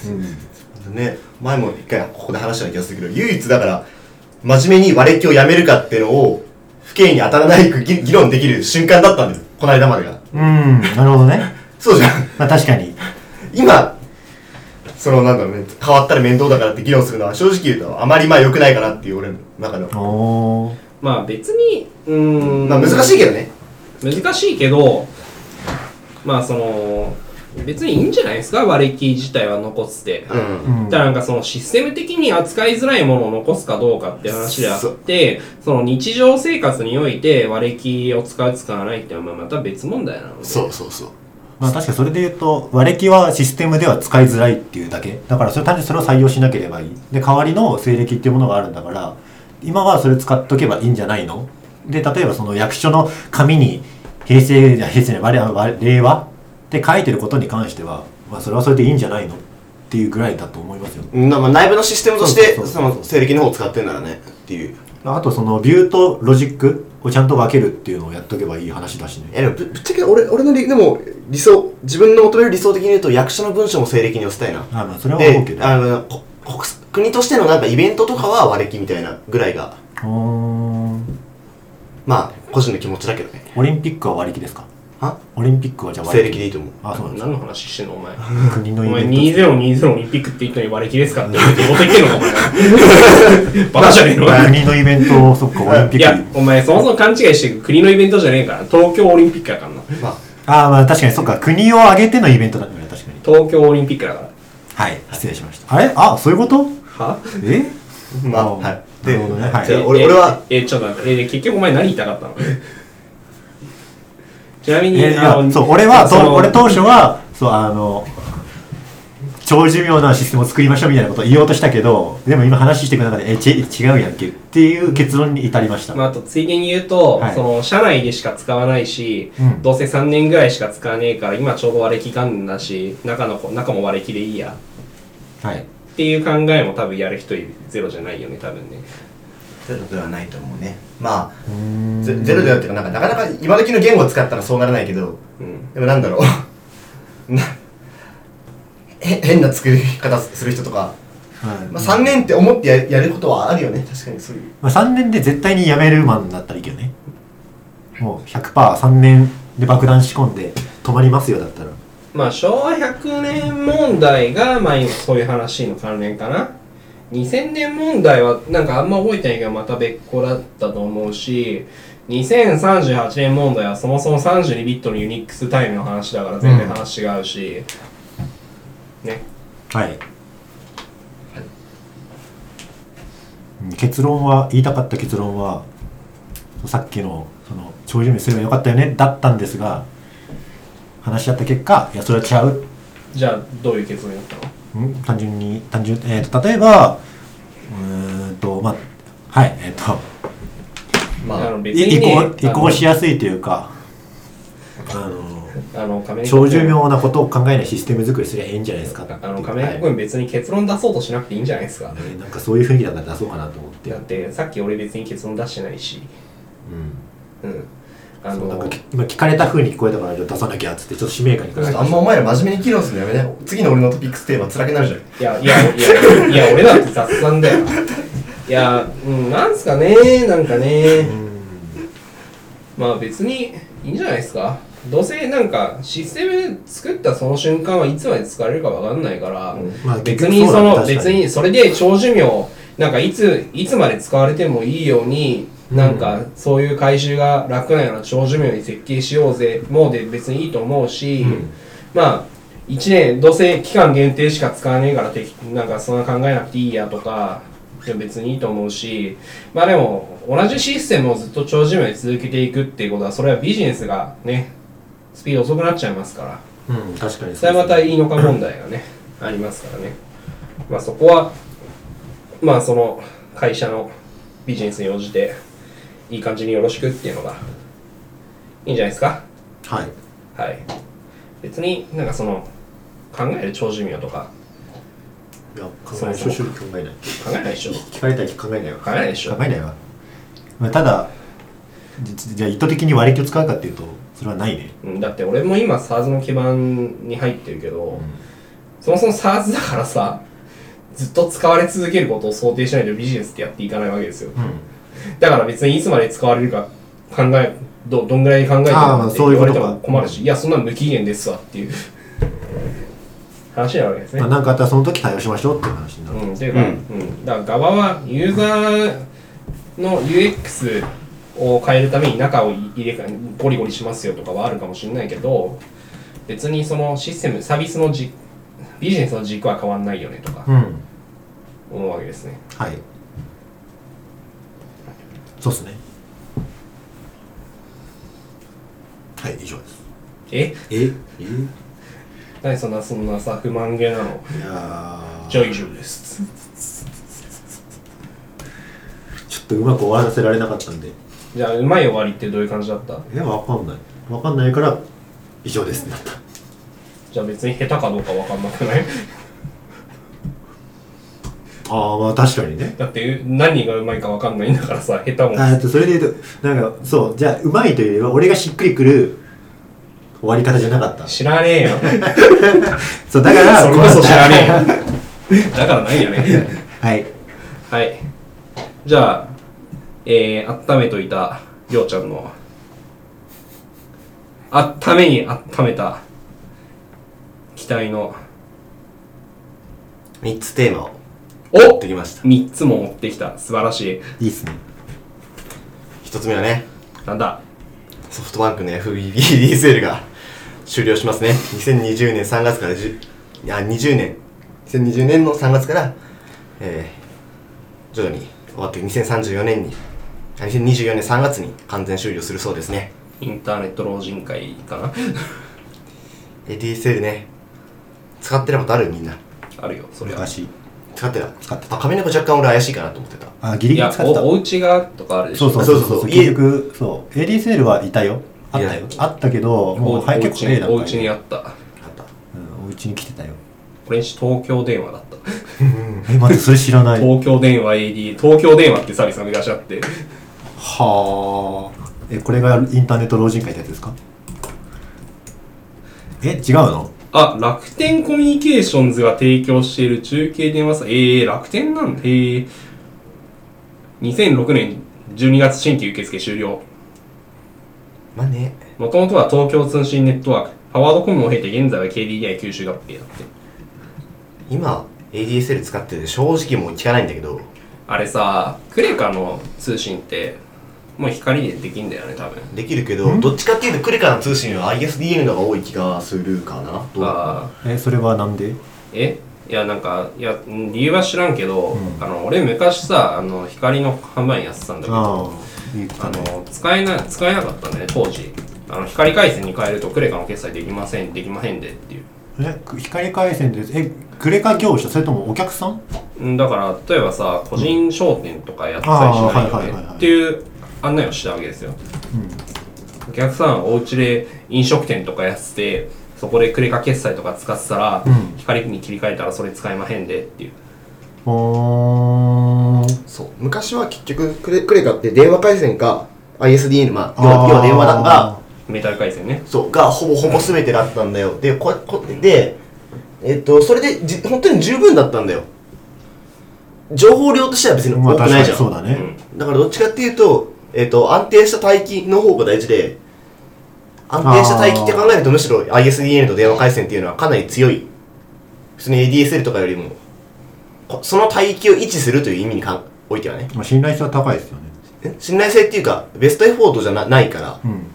[SPEAKER 2] な。ね、前も一回ここで話したような気がするけど、唯一だから、真面目に割れっきをやめるかっていうのを、不敬に当たらないく議議論できる瞬間だったんだよ。この間までが。
[SPEAKER 3] うん、なるほどね。
[SPEAKER 2] そうじゃん。
[SPEAKER 3] まあ確かに。
[SPEAKER 2] 今、そのなんだろうね、変わったら面倒だからって議論するのは正直言うとあまりまあ良くないかなっていう俺の中では。
[SPEAKER 3] おー。
[SPEAKER 1] まあ別に、うーん。
[SPEAKER 2] まあ難しいけどね。
[SPEAKER 1] 難しいけど、まあその、別にいいんじゃないですか割り切り自体は残って。
[SPEAKER 2] うん
[SPEAKER 3] うん
[SPEAKER 1] ただなんかそのシステム的に扱いづらいものを残すかどうかって話であって、その日常生活において割り切りを使う使わないっていうのはまあまた別問題なので。
[SPEAKER 6] そうそうそう
[SPEAKER 3] まあ確かにそれで言うと、割れ木はシステムでは使いづらいっていうだけ。だからそれ単純にそれを採用しなければいい。で、代わりの西暦っていうものがあるんだから、今はそれ使っとけばいいんじゃないので、例えばその役所の紙に平成、じゃ平成ね、我々我々令和って書いてることに関しては、まあそれはそれでいいんじゃないのっていうぐらいだと思いますよ。
[SPEAKER 2] うん。まあ内部のシステムとして、
[SPEAKER 3] そうそうそ
[SPEAKER 2] そう
[SPEAKER 3] そう
[SPEAKER 2] の西暦の方を使ってんならね、っていう。
[SPEAKER 3] あとそのビューとロジックをちゃんと分けるっていうのをやっとけばいい話だしね。
[SPEAKER 2] えでもぶぶっちゃけ俺俺の理でも理想自分の求める理想的に言うと役所の文章も西暦に寄せたいな
[SPEAKER 3] あまあそれは思うけ
[SPEAKER 2] で
[SPEAKER 3] ど。
[SPEAKER 2] あのこ国す国としてのなんかイベントとかは割れきみたいなぐらいが
[SPEAKER 3] うーん。
[SPEAKER 2] まあ個人の気持ちだけどね
[SPEAKER 3] オリンピックは割り木ですか
[SPEAKER 2] は
[SPEAKER 3] オリンピックはじゃあ割
[SPEAKER 2] 西
[SPEAKER 3] り
[SPEAKER 2] 暦
[SPEAKER 3] 木
[SPEAKER 2] でいいと思う
[SPEAKER 3] あ、そうなんです
[SPEAKER 1] 何の話してんのお 前。
[SPEAKER 3] か。国の
[SPEAKER 1] お
[SPEAKER 3] イ
[SPEAKER 1] 前
[SPEAKER 3] ベント。
[SPEAKER 1] 2020オリンピックって言ったのに割り切りですかって言って言ってんのかお 前。バカじゃねえの
[SPEAKER 3] 国のイベントを、そっか、オリンピ
[SPEAKER 1] い
[SPEAKER 3] ッ
[SPEAKER 1] や
[SPEAKER 3] クに。、
[SPEAKER 1] お前そもそも勘違いしてる国のイベントじゃねえから。東京オリンピックやからな。
[SPEAKER 2] まあ
[SPEAKER 3] ああ、まあ確かに、そっか、国を挙げてのイベントだったね、確かに。
[SPEAKER 1] 東京オリンピックだから。
[SPEAKER 3] はい、失礼しました。あれあ、そういうこと
[SPEAKER 1] は
[SPEAKER 3] え
[SPEAKER 2] まあ
[SPEAKER 3] あー
[SPEAKER 2] はい
[SPEAKER 3] なるほどね。は
[SPEAKER 2] じゃあ
[SPEAKER 3] い。
[SPEAKER 2] 俺
[SPEAKER 1] え
[SPEAKER 2] 俺は。
[SPEAKER 1] え、えちょっと待って。え、結局お前何言いたかったのちなみに、
[SPEAKER 3] えいやそう、俺は、
[SPEAKER 1] そ
[SPEAKER 3] と
[SPEAKER 1] の
[SPEAKER 3] 俺当初は、そう、あの、超寿命なシステムを作りましょうみたいなことを言おうとしたけど、でも今話していく中で、え、ち違うやんけっていう結論に至りました。
[SPEAKER 1] まあ、あとついでに言うと、
[SPEAKER 3] はい
[SPEAKER 1] その社内でしか使わないし、
[SPEAKER 3] うん
[SPEAKER 1] どうせ3年ぐらいしか使わねえから今ちょうど割れ期間だし中の子中も割れ期でいいや
[SPEAKER 3] はい。
[SPEAKER 1] っていう考えも多分やる人ゼロじゃないよね多分ね
[SPEAKER 2] ゼロではないと思うねまあ
[SPEAKER 3] うーん
[SPEAKER 2] ゼゼロではっていうかなんかなかなか今時の言語を使ったらそうならないけど
[SPEAKER 1] うん
[SPEAKER 2] でもなんだろう なへ変な作り方する人とか、
[SPEAKER 3] はい
[SPEAKER 2] まあ、3年って思ってややることはあるよね確かにそういう
[SPEAKER 3] まあ、3年で絶対に辞めるマンだったらいいけどねもう 100%3 年で爆弾仕込んで止まりますよだったら
[SPEAKER 1] まあ昭和100年問題がまあ今そういう話の関連かな2000年問題はなんかあんま覚えてないけどまた別個だったと思うし2038年問題はそもそも32ビットのユニックスタイムの話だから全然話違うし、ね
[SPEAKER 3] はいうん結論は言いたかった結論はさっきのその長寿命すればよかったよねだったんですが話し合った結果いやそれはちゃう
[SPEAKER 1] じゃあどういう結論だったの
[SPEAKER 3] ん単純に単純、えー、と例えばうーんとまあはいえっ、と
[SPEAKER 2] まあ
[SPEAKER 1] の別
[SPEAKER 3] 移
[SPEAKER 1] にね
[SPEAKER 3] 行移行しやすいというかあの
[SPEAKER 1] あの亀
[SPEAKER 3] 超寿命なことを考えないシステム作りすりゃいいんじゃないですか
[SPEAKER 1] あの亀山君別に結論出そうとしなくていいんじゃないですか
[SPEAKER 3] ねなんかそういう雰囲気だから出そうかなと思って
[SPEAKER 1] だってさっき俺別に結論出してないし
[SPEAKER 3] うん
[SPEAKER 1] うんあ
[SPEAKER 3] そうなん
[SPEAKER 1] の
[SPEAKER 3] か今聞かれた風に聞こえたから出さなきゃっつってちょっと使命感に
[SPEAKER 2] ち
[SPEAKER 3] か
[SPEAKER 2] ょ
[SPEAKER 3] か
[SPEAKER 2] っ
[SPEAKER 3] っ
[SPEAKER 2] と
[SPEAKER 3] て
[SPEAKER 2] あんまお前ら真面目に議論するのやめね次の俺のトピックステーマ辛くなるじゃん
[SPEAKER 1] いやいやいやいや俺だって雑談だよいやうんなんすかねなんかねまあ別にいいんじゃないですかどうせなんかシステム作ったその瞬間はいつまで使われるかわかんないから、
[SPEAKER 3] まあ
[SPEAKER 1] 別にその
[SPEAKER 3] 結局うだね確か
[SPEAKER 1] 別にそれで長寿命なんかいついつまで使われてもいいようになんかそういう回収が楽なような長寿命に設計しようぜもうで別にいいと思うし、まあ1年どうせ期間限定しか使わねえからてなんかそんな考えなくていいやとかでも別にいいと思うしまあでも同じシステムをずっと長寿命に続けていくっていうことはそれはビジネスがねスピード遅くなっちゃいますから
[SPEAKER 3] うん確かに
[SPEAKER 1] それはまたいいのか問題がねありますからねまあそこはまあその会社のビジネスに応じていい感じによろしくっていうのがいいんじゃないですか
[SPEAKER 3] はい
[SPEAKER 1] はい別になんかその考える長寿命とか
[SPEAKER 3] いや考
[SPEAKER 1] そ
[SPEAKER 3] え
[SPEAKER 1] も
[SPEAKER 3] ない
[SPEAKER 1] そも
[SPEAKER 3] 正直考えない
[SPEAKER 1] 考えないでしょ
[SPEAKER 3] 聞かれたら考えないわ
[SPEAKER 1] 考えないでしょ
[SPEAKER 3] 考えないわまあただじじゃあ意図的に割り気を使うかっていうとそれはないね
[SPEAKER 1] うんだって俺も今 SARS の基盤に入ってるけど、そもそも SARS だからさずっと使われ続けることを想定しないとビジネスってやっていかないわけですよ
[SPEAKER 3] うん
[SPEAKER 1] だから別にいつまで使われるか考えどどんぐらい考えてるか
[SPEAKER 3] あーまあ
[SPEAKER 1] って
[SPEAKER 3] そ
[SPEAKER 1] 言
[SPEAKER 3] ういう
[SPEAKER 1] わ
[SPEAKER 3] こ
[SPEAKER 1] れ
[SPEAKER 3] とか
[SPEAKER 1] ても困るしいやそんなの無期限ですわっていう話なわけですね
[SPEAKER 3] まあ、なんかあったらその時対応しましょうっていう話になる、
[SPEAKER 1] うん、ていうか、
[SPEAKER 4] う
[SPEAKER 1] うんんだから GABA はユーザーの UX を変えるために中を入れ替えゴリゴリしますよとかはあるかもしれないけど別にそのシステムサービスのじビジネスの軸は変わんないよねとか
[SPEAKER 3] うん
[SPEAKER 1] 思うわけですね
[SPEAKER 3] はいそうっすねはい以上です
[SPEAKER 1] え
[SPEAKER 3] ええい
[SPEAKER 1] 何そんなそんなさ不満げなの
[SPEAKER 3] やー
[SPEAKER 1] じゃあ以上です
[SPEAKER 3] ちょっとうまく終わらせられなかったんで
[SPEAKER 1] じゃあうまい終わりってどういう感じだった
[SPEAKER 3] えわかんないわかんないから以上ですってなった
[SPEAKER 1] じゃあ別に下手かどうかわかんなくない
[SPEAKER 3] ああまあ確かにね
[SPEAKER 1] だって何がうまいかわかんないんだからさ下手も
[SPEAKER 3] あーえっとそれで言うとなんかそうじゃあうまいというよりは俺がしっくりくる終わり方じゃなかった
[SPEAKER 1] 知らねえよ
[SPEAKER 3] そうだから
[SPEAKER 1] それこそ知らねえ
[SPEAKER 3] え
[SPEAKER 1] よだからないよね
[SPEAKER 3] はい
[SPEAKER 1] はい。じゃあ、えー、温めといた、りょうちゃんの、温めに温めた、期待の、
[SPEAKER 2] 3つテーマを持
[SPEAKER 1] お
[SPEAKER 2] ってきました
[SPEAKER 1] 三つも持ってきた。素晴らしい。
[SPEAKER 3] いいっすね
[SPEAKER 2] 1つ目はね
[SPEAKER 1] なんだ。
[SPEAKER 2] ソフトバンクの FBB セールが終了しますね2020年3月から10いや20年2020年の3月から、えー徐々に終わって2034年にあ2024年3月に完全終了するそうですね
[SPEAKER 1] インターネット老人会かな
[SPEAKER 2] AT セールね使ってることあるみんな
[SPEAKER 1] あるよ、それは。
[SPEAKER 3] 昔
[SPEAKER 2] 使ってた
[SPEAKER 3] 使って
[SPEAKER 2] たあ亀猫若干俺怪しいかなと思ってた
[SPEAKER 3] あギリ
[SPEAKER 1] い
[SPEAKER 3] ギリ
[SPEAKER 1] や
[SPEAKER 3] 使ってた
[SPEAKER 1] お、お家がとかあるでし
[SPEAKER 3] そ
[SPEAKER 1] ょ。
[SPEAKER 3] うそう
[SPEAKER 2] そ
[SPEAKER 3] そうう
[SPEAKER 2] そうそう
[SPEAKER 3] そう
[SPEAKER 2] 家
[SPEAKER 3] 結局そう AD セールはいたよあったよ
[SPEAKER 2] いや
[SPEAKER 3] あったけどもう
[SPEAKER 1] お
[SPEAKER 3] 廃
[SPEAKER 1] お
[SPEAKER 3] 墟
[SPEAKER 1] 家
[SPEAKER 3] これ
[SPEAKER 1] に
[SPEAKER 3] だ
[SPEAKER 1] お家に
[SPEAKER 3] う
[SPEAKER 1] あった。
[SPEAKER 2] あった
[SPEAKER 3] んお家に来てたよ
[SPEAKER 1] これにし東京電話だった。
[SPEAKER 3] え待ってそれ知らないは
[SPEAKER 1] 東京電話 AD、東京電話ってサービスが昔あって。
[SPEAKER 3] あえこれがインターネット老人会ってやつですかえ違うの
[SPEAKER 1] あ、楽天コミュニケーションズが提供している中継電話サービス、えー、楽天なんだ。えー、2006年12月新規受付終了。
[SPEAKER 2] まあね
[SPEAKER 1] もともとは東京通信ネットワーク、パワードコムを経て現在は KDDI 九州合併だって。
[SPEAKER 2] 今 ADSL 使ってて正直もう聞かないんだけど
[SPEAKER 1] あれさ、クレカの通信って、もう光でできんだよね、多分。
[SPEAKER 2] できるけどどっちかっていうとクレカの通信は ISDN の方が多い気がするかなどうだろう
[SPEAKER 1] あー
[SPEAKER 3] えそれはなんで
[SPEAKER 1] えいや、なんか、いや、ん理由は知らんけど、あの、俺昔さ、あの、光の販売員やってたんだけど、
[SPEAKER 3] ああいい
[SPEAKER 1] あの使えな使えなかったね当時あの光回線に変えるとクレカの決済できませんできまへんでっていう
[SPEAKER 3] え光回線ですえクレカ業者それともお客さん
[SPEAKER 1] うんだから例えばさ個人商店とかやってたりしない
[SPEAKER 3] あーは
[SPEAKER 1] よ
[SPEAKER 3] いはいはいは
[SPEAKER 1] ね
[SPEAKER 3] い
[SPEAKER 1] っていう案内をしたわけですよ、お客さんお家で飲食店とかやっててそこでクレカ決済とか使ってたら、
[SPEAKER 3] うん
[SPEAKER 1] 光に切り替えたらそれ使えまへんでっていう
[SPEAKER 3] おー
[SPEAKER 4] そう昔は結局クレクレカって電話回線か ISDN まあ要
[SPEAKER 3] あ
[SPEAKER 4] は
[SPEAKER 3] ー
[SPEAKER 4] 要は電話だが
[SPEAKER 1] メタル回線ね
[SPEAKER 2] そうがほぼほぼ全てだったんだよでここでえっとそれでじ本当に十分だったんだよ情報量としては別に
[SPEAKER 3] ま
[SPEAKER 2] 多
[SPEAKER 3] あ
[SPEAKER 2] く
[SPEAKER 3] 確
[SPEAKER 2] ない
[SPEAKER 3] かに
[SPEAKER 2] じゃん、
[SPEAKER 3] そうだね、
[SPEAKER 2] だからどっちかっていうと,、えっと安定した帯域の方が大事で安定した帯域って考えるとむしろ ISDN と電話回線っていうのはかなり強い普通に ADSL とかよりもこその帯域を維持するという意味にかんおいてはね
[SPEAKER 3] まあ、信頼性は高いですよね
[SPEAKER 2] え信頼性っていうかベストエフォートじゃなないから
[SPEAKER 3] うん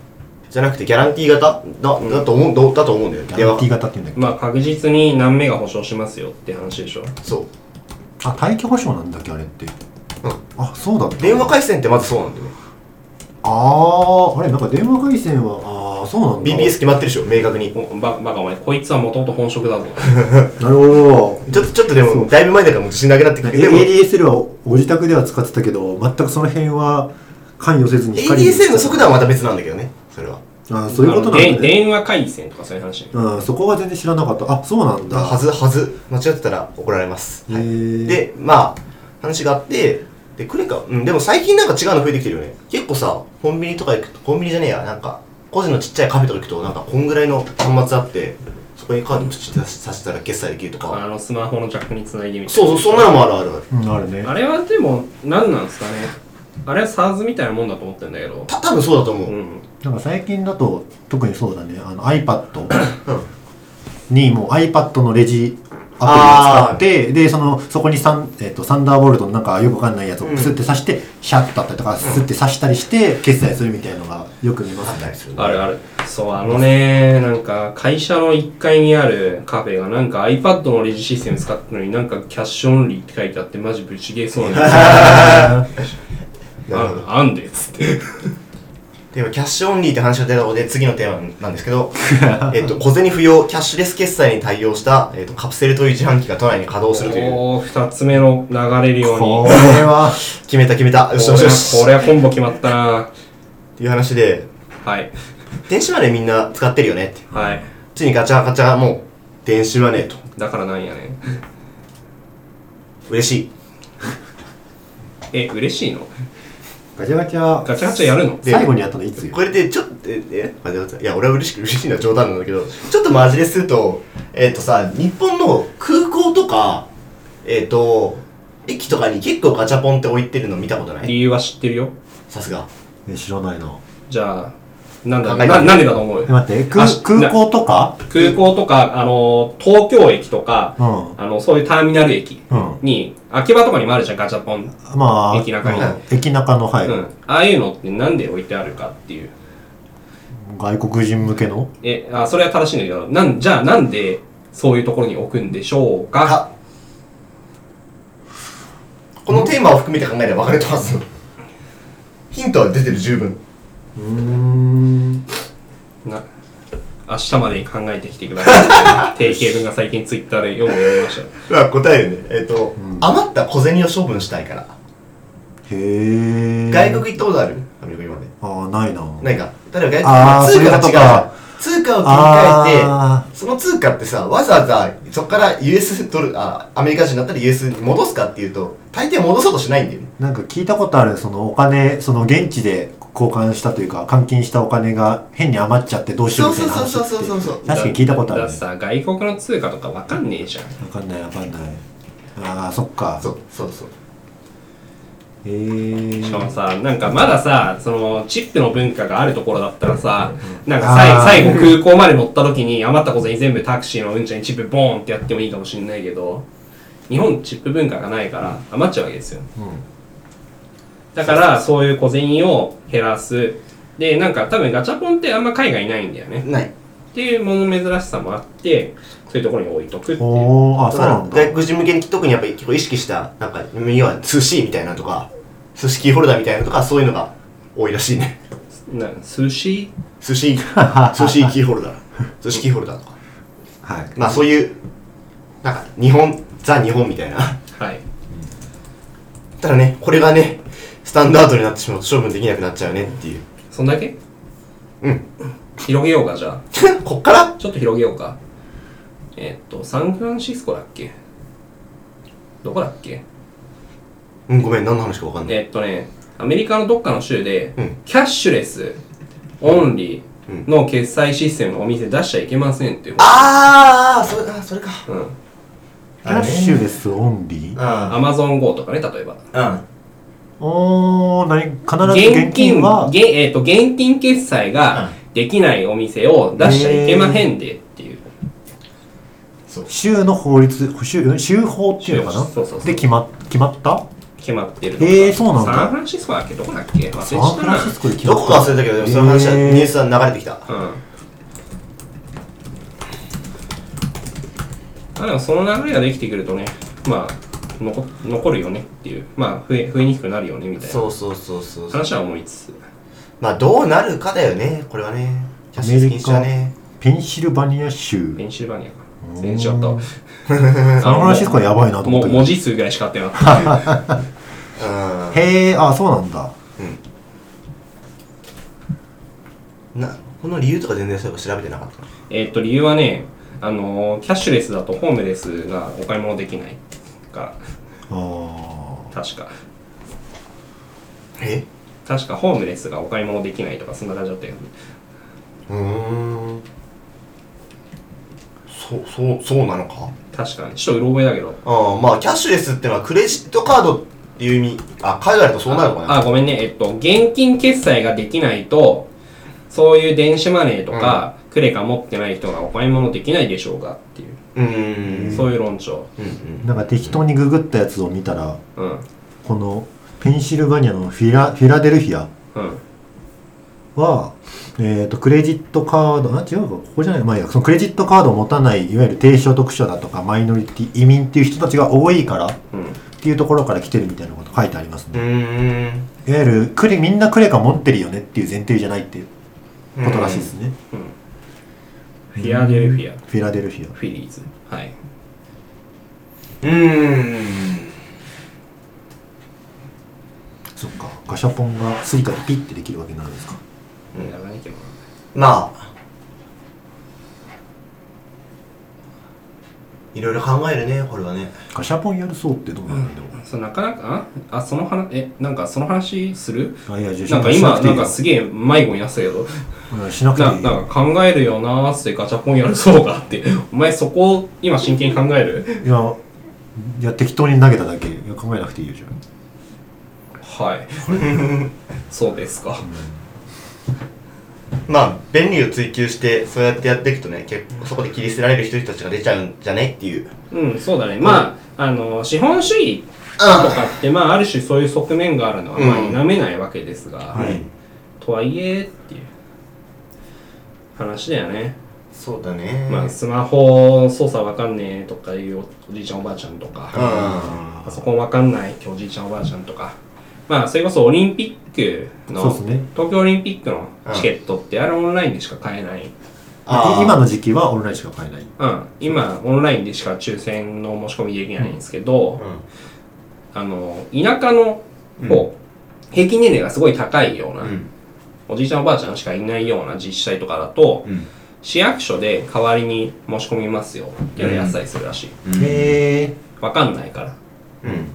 [SPEAKER 2] じゃなくてギャランティー型だ,、だと思うどうだと思うんだよ
[SPEAKER 3] ギ
[SPEAKER 2] 電
[SPEAKER 3] ャラ
[SPEAKER 2] 話
[SPEAKER 3] ンティー型っていうんだっけ
[SPEAKER 1] まあ確実に何目が保証しますよって話でしょ
[SPEAKER 2] そ
[SPEAKER 3] あ待機保証なんだっけあれってあそうだっ
[SPEAKER 2] う
[SPEAKER 3] た
[SPEAKER 2] 電話回線ってまずそうなんだよね
[SPEAKER 3] あああれなんか電話回線はああそうなんだ
[SPEAKER 2] BBS 決まってるでしょ明確に
[SPEAKER 1] おババカお前こいつはもともと本職だぞ
[SPEAKER 3] なるほど
[SPEAKER 2] ちょっとちょっとで
[SPEAKER 3] そ
[SPEAKER 2] も
[SPEAKER 3] う
[SPEAKER 2] だいぶ前だからもう自信なくなってきてでも
[SPEAKER 3] ADSL はおご自宅では使ってたけど全くその辺は関与せずに光に
[SPEAKER 2] ADSL の速度はまた別なんだけどねそれは
[SPEAKER 3] ああそういうこと
[SPEAKER 1] あの
[SPEAKER 3] なんだ
[SPEAKER 1] で
[SPEAKER 3] ね
[SPEAKER 1] 電話回線とかそういう話
[SPEAKER 3] うんそこは全然知らなかったあそうなんだ
[SPEAKER 2] はずはず間違ってたら怒られます、
[SPEAKER 3] へー
[SPEAKER 2] でまあ話があってでクレカうんでも最近なんか違うの増えてきてるよね結構さコンビニとか行くとコンビニじゃねえやなんか個人のちっちゃいカフェとか行くとなんかこんぐらいの端末あってそそこにカードを差し差したら決済できると
[SPEAKER 1] あ
[SPEAKER 2] か
[SPEAKER 1] のスマホのジャックにつないでみたいな
[SPEAKER 2] そうそうそんなのもあるあるある
[SPEAKER 3] うん、あるね
[SPEAKER 1] あれはでも何なんですかねあれは SARS みたいなもんだと思ってんだけど
[SPEAKER 2] た多分そうだと思う、
[SPEAKER 1] う
[SPEAKER 2] うん
[SPEAKER 1] ん
[SPEAKER 3] なんか最近だと特にそうだねあの iPad にもう iPad のレジアプリを使ってでそのそこにサン,、えっとサンダーボルトのなんかよくわかんないやつをスッて刺して、シャッとあったりとかスッて刺したりして決済するみたいのがよく見ますね
[SPEAKER 1] あるあるそうあのねなんか会社の1階にあるカフェがなんか iPad のレジシステム使ってるのになんかキャッシュオンリーって書いてあってマジブチゲーそうなんですよああんでっつって
[SPEAKER 2] でもキャッシュオンリーって話が出たので次のテーマなんです けどえっと小銭不要キャッシュレス決済に対応した、えっと、カプセルトイ自販機が都内に稼働するという
[SPEAKER 1] おお2つ目の流れるように
[SPEAKER 3] これは
[SPEAKER 2] 決めた決めたよしよしよし
[SPEAKER 1] これはコンボ決まったな
[SPEAKER 2] っていう話で
[SPEAKER 1] はい
[SPEAKER 2] 電子マネーみんな使ってるよねって
[SPEAKER 1] はい
[SPEAKER 2] ついにガチャガチャもう電子マネーと
[SPEAKER 1] だからなんやねん
[SPEAKER 2] 嬉しい
[SPEAKER 1] え嬉しいの
[SPEAKER 3] ガチャガチャ
[SPEAKER 1] ガチャガチャやるの
[SPEAKER 2] で
[SPEAKER 3] 最後にやったのいつよ
[SPEAKER 2] これでちょっとええ待って待っていや俺は嬉しく嬉しいのは冗談なんだけどちょっとマジでするとえっ、とさ日本の空港とかえっ、と駅とかに結構ガチャポンって置いてるの見たことない
[SPEAKER 1] 理由は知ってるよ
[SPEAKER 2] さすが
[SPEAKER 3] え知らないな
[SPEAKER 1] じゃあなんだ
[SPEAKER 2] 考えて
[SPEAKER 1] ななんでだと思う
[SPEAKER 3] え待って空
[SPEAKER 1] あし
[SPEAKER 3] 空港とか
[SPEAKER 1] 空港とか、あの、東京駅とか、
[SPEAKER 3] うん
[SPEAKER 1] あの、そういうターミナル駅
[SPEAKER 3] うん
[SPEAKER 1] に、秋葉とかにもあるじゃん、ガチャポン。
[SPEAKER 3] まあ
[SPEAKER 1] 駅中に
[SPEAKER 3] うん駅中のはい、
[SPEAKER 1] うん。ああいうのってなんで置いてあるかっていう。
[SPEAKER 3] 外国人向けの
[SPEAKER 1] え、あ、それは正しいんだけど、なん、じゃあなんで、そういうところに置くんでしょうか
[SPEAKER 2] あこのテーマを含めて考えれば分かれてます
[SPEAKER 4] ヒントは出てる十分
[SPEAKER 3] うーん
[SPEAKER 1] な、明日までに考えてきてください。定型文が最近ツイッターで読むようになりました。
[SPEAKER 2] うわ答えるねえっ、と、
[SPEAKER 3] うん
[SPEAKER 2] 余った小銭を処分したいから、
[SPEAKER 3] へえ
[SPEAKER 2] 外国行ったことあるアメリカ今まで
[SPEAKER 3] ああないな
[SPEAKER 2] なんか例えば外国
[SPEAKER 3] あ
[SPEAKER 2] 通
[SPEAKER 3] ー
[SPEAKER 2] 貨
[SPEAKER 3] そういうこと
[SPEAKER 2] が違
[SPEAKER 3] か
[SPEAKER 2] う通貨を切り替えて
[SPEAKER 3] あ
[SPEAKER 2] その通貨ってさわざわざそこから US ドルあアメリカ人だったら US に戻すかっていうと大抵戻そうとしないんだよね
[SPEAKER 3] ーなんか聞いたことあるそのお金その現地で交換したというか換金したお金が変に余っちゃってどうしようみたいな話って
[SPEAKER 2] そうそうそうそうそう
[SPEAKER 3] 確かに聞いたことあ
[SPEAKER 1] だ
[SPEAKER 3] る
[SPEAKER 1] って
[SPEAKER 3] ね
[SPEAKER 1] さ、外国の通貨とかわかんねえじゃん。
[SPEAKER 3] わかんないわかんないああそっか
[SPEAKER 2] そうそうそう
[SPEAKER 3] へえ
[SPEAKER 1] しかもさ、なんかまださ、そのチップの文化があるところだったらさ、なんか
[SPEAKER 3] あー
[SPEAKER 1] さい最後空港まで乗った時に余った小銭全部タクシーのうんちゃんにチップボーンってやってもいいかもしれないけど、日本チップ文化がないから余っちゃうわけですよ。だからそういう小銭を減らす。で、なんか多分ガチャポンってあんま海外ないんだよね。
[SPEAKER 2] ない
[SPEAKER 1] っていうもの珍しさもあって、そういうところに置いとくっていう。
[SPEAKER 3] おおあ
[SPEAKER 2] だ
[SPEAKER 3] そう
[SPEAKER 2] か
[SPEAKER 3] な
[SPEAKER 2] ら
[SPEAKER 3] んだ
[SPEAKER 2] 外国人向けに特にやっぱり結構意識したなんか要は寿司みたいなのとか寿司キーホルダーみたいなのとかそういうのが多いらしい ね
[SPEAKER 1] な寿司
[SPEAKER 2] 寿 司寿司キーホルダー 寿司キーホルダーとか
[SPEAKER 3] はい
[SPEAKER 2] まあそういうなんか日本ザ日本みたいな
[SPEAKER 1] はい。
[SPEAKER 2] ただねこれがねスタンダードになってしまうと処分できなくなっちゃうねっていう
[SPEAKER 1] そんだけ
[SPEAKER 2] うん。
[SPEAKER 1] 広げようか、じゃあ。
[SPEAKER 2] こっから
[SPEAKER 1] ちょっと広げようか。えーっと、サンフランシスコだっけどこだっけ
[SPEAKER 2] うんごめん何の話かわかんない
[SPEAKER 1] えーっとね、アメリカのどっかの州で、
[SPEAKER 2] うん
[SPEAKER 1] キャッシュレスオンリーの決済システムのお店出しちゃいけませんっていう。
[SPEAKER 2] ああそれあそれか
[SPEAKER 1] うん。
[SPEAKER 3] キャッシュレスオンリー
[SPEAKER 1] ア
[SPEAKER 2] あ
[SPEAKER 1] マゾン GO とかね、例えば。
[SPEAKER 2] あ
[SPEAKER 3] おお何必ず
[SPEAKER 1] 現
[SPEAKER 3] 現金
[SPEAKER 1] 金
[SPEAKER 3] は
[SPEAKER 1] げえーっと、現金決済ができないお店を出しちゃいけまへんでっていう。
[SPEAKER 3] 州の法律州州法っていうのかな
[SPEAKER 1] 州そうそうそう
[SPEAKER 3] で決ま決まった
[SPEAKER 1] 決まってる
[SPEAKER 3] へーそうなんだ
[SPEAKER 1] サンフランシスコだっけどこだっけ忘れち
[SPEAKER 3] サ
[SPEAKER 1] ゃ
[SPEAKER 3] ン
[SPEAKER 1] った
[SPEAKER 3] フラン
[SPEAKER 1] な
[SPEAKER 3] シスコで決ま
[SPEAKER 2] ど
[SPEAKER 3] った
[SPEAKER 2] こか忘れたけどでもその話は
[SPEAKER 3] へー
[SPEAKER 2] ニュースは流れてきた
[SPEAKER 1] うん。あでもその流れができてくるとね、まあ、残残るよねっていう、まあ増え、増えにくくなるよねみたいな
[SPEAKER 2] そうそうそうそう
[SPEAKER 1] 話は思いつつ、
[SPEAKER 2] まあどうなるかだよねこれはねキャッ
[SPEAKER 3] ア
[SPEAKER 2] シュ
[SPEAKER 3] メ
[SPEAKER 2] レス
[SPEAKER 3] リ
[SPEAKER 2] 禁止は
[SPEAKER 3] カ、
[SPEAKER 2] ね
[SPEAKER 3] ペンシルバニア州
[SPEAKER 1] ペンシルバニアか。全然違ったわ。
[SPEAKER 3] サンフランシスコはやばいなと思っ
[SPEAKER 1] も
[SPEAKER 3] たけ
[SPEAKER 1] 文
[SPEAKER 3] ど
[SPEAKER 1] 字数ぐらいしか合ってなかった。
[SPEAKER 2] うん
[SPEAKER 3] へえあそうなんだ
[SPEAKER 2] なこの理由とか全然そういえば調べてなかった
[SPEAKER 1] えーっと、理由はね、あのーキャッシュレスだとホームレスがお買い物できないか
[SPEAKER 3] あー
[SPEAKER 1] ら、確か。
[SPEAKER 2] え
[SPEAKER 1] 確かホームレスがお買い物できないとか、そんな感じだったよね。
[SPEAKER 2] うーんそう、そう、そうなのか
[SPEAKER 1] 確かに。ちょっとうろ覚えだけど。
[SPEAKER 2] うん、まあ、キャッシュレスってのはクレジットカードっていう意味、あ、海外だとそうなるのかな
[SPEAKER 1] あ、ごめんね。えっと、現金決済ができないと、そういう電子マネーとか、クレカ持ってない人がお買い物できないでしょうかっていう、
[SPEAKER 2] うーん。
[SPEAKER 1] そういう論調。
[SPEAKER 2] うんうん。
[SPEAKER 3] なんか適当にググったやつを見たら
[SPEAKER 1] うん。
[SPEAKER 3] このペンシルバニアのフィラフィラデルフィア
[SPEAKER 1] うん。
[SPEAKER 3] は、えー、とクレジットカードあ違うかここじゃない、まあ、いいやそのクレジットカードを持たないいわゆる低所得者だとかマイノリティ移民っていう人たちが多いからっ
[SPEAKER 1] うん。
[SPEAKER 3] ていうところから来てるみたいなこと書いてあります
[SPEAKER 2] う
[SPEAKER 3] ね、
[SPEAKER 2] ーん。
[SPEAKER 3] いわゆるクレみんなクレカ持ってるよねっていう前提じゃないってことらしいですね、
[SPEAKER 1] フィアデルフィア、
[SPEAKER 3] フィラデルフィア
[SPEAKER 1] フィリーズ。はい。
[SPEAKER 2] うーん。
[SPEAKER 3] そっかガシャポンがスイカでピッてできるわけなんですか
[SPEAKER 1] やらなきゃな
[SPEAKER 2] まあ、いろいろ考えるね、これはね。
[SPEAKER 3] ガシャポンやるそうってどうなんだろう、
[SPEAKER 1] そうなかなかああその話えなんかその話する
[SPEAKER 3] あいやじゃ
[SPEAKER 1] な
[SPEAKER 3] あ
[SPEAKER 1] んか
[SPEAKER 3] し
[SPEAKER 1] 今
[SPEAKER 3] くてい
[SPEAKER 1] ないん
[SPEAKER 3] よ
[SPEAKER 1] かすげえ迷子になってたけど
[SPEAKER 3] うんしなくていい
[SPEAKER 1] な
[SPEAKER 3] よ
[SPEAKER 1] なんか考えるよなーっつってガチャポンやるそうかってお前そこを今真剣に考える
[SPEAKER 3] いやいや適当に投げただけいや考えなくていいよじゃん
[SPEAKER 1] はいそうですか
[SPEAKER 2] まあ、便利を追求して、そうやってやっていくとね、結構そこで切り捨てられる人たちが出ちゃうんじゃねっていう。
[SPEAKER 1] うんそうだねまああの資本主義とかってまあある種そういう側面があるのはまあ
[SPEAKER 2] うん
[SPEAKER 1] 否めないわけですが、
[SPEAKER 2] はい
[SPEAKER 1] とはいえっていう話だよね
[SPEAKER 2] そうだね
[SPEAKER 1] まあ、スマホ操作わかんねえとかいうおじいちゃんおばあちゃんとか、
[SPEAKER 2] あ
[SPEAKER 1] パソコンわかんないっておじいちゃんおばあちゃんとか、まあ、それこそオリンピックの、
[SPEAKER 3] そうですね
[SPEAKER 1] 東京オリンピックのチケットってあれオンラインでしか買えない。
[SPEAKER 2] あー
[SPEAKER 3] 今の時期はオンラインしか買えない
[SPEAKER 1] うん、今、オンラインでしか抽選の申し込みできないんですけど、
[SPEAKER 2] うん。うん。
[SPEAKER 1] あの、田舎の方、平均年齢がすごい高いような、
[SPEAKER 2] うん
[SPEAKER 1] おじいちゃんおばあちゃんしかいないような自治体とかだと、
[SPEAKER 2] うん
[SPEAKER 1] 市役所で代わりに申し込みますよっていうのをやったりするらしい。
[SPEAKER 3] へえ
[SPEAKER 1] わかんないから。
[SPEAKER 2] うん。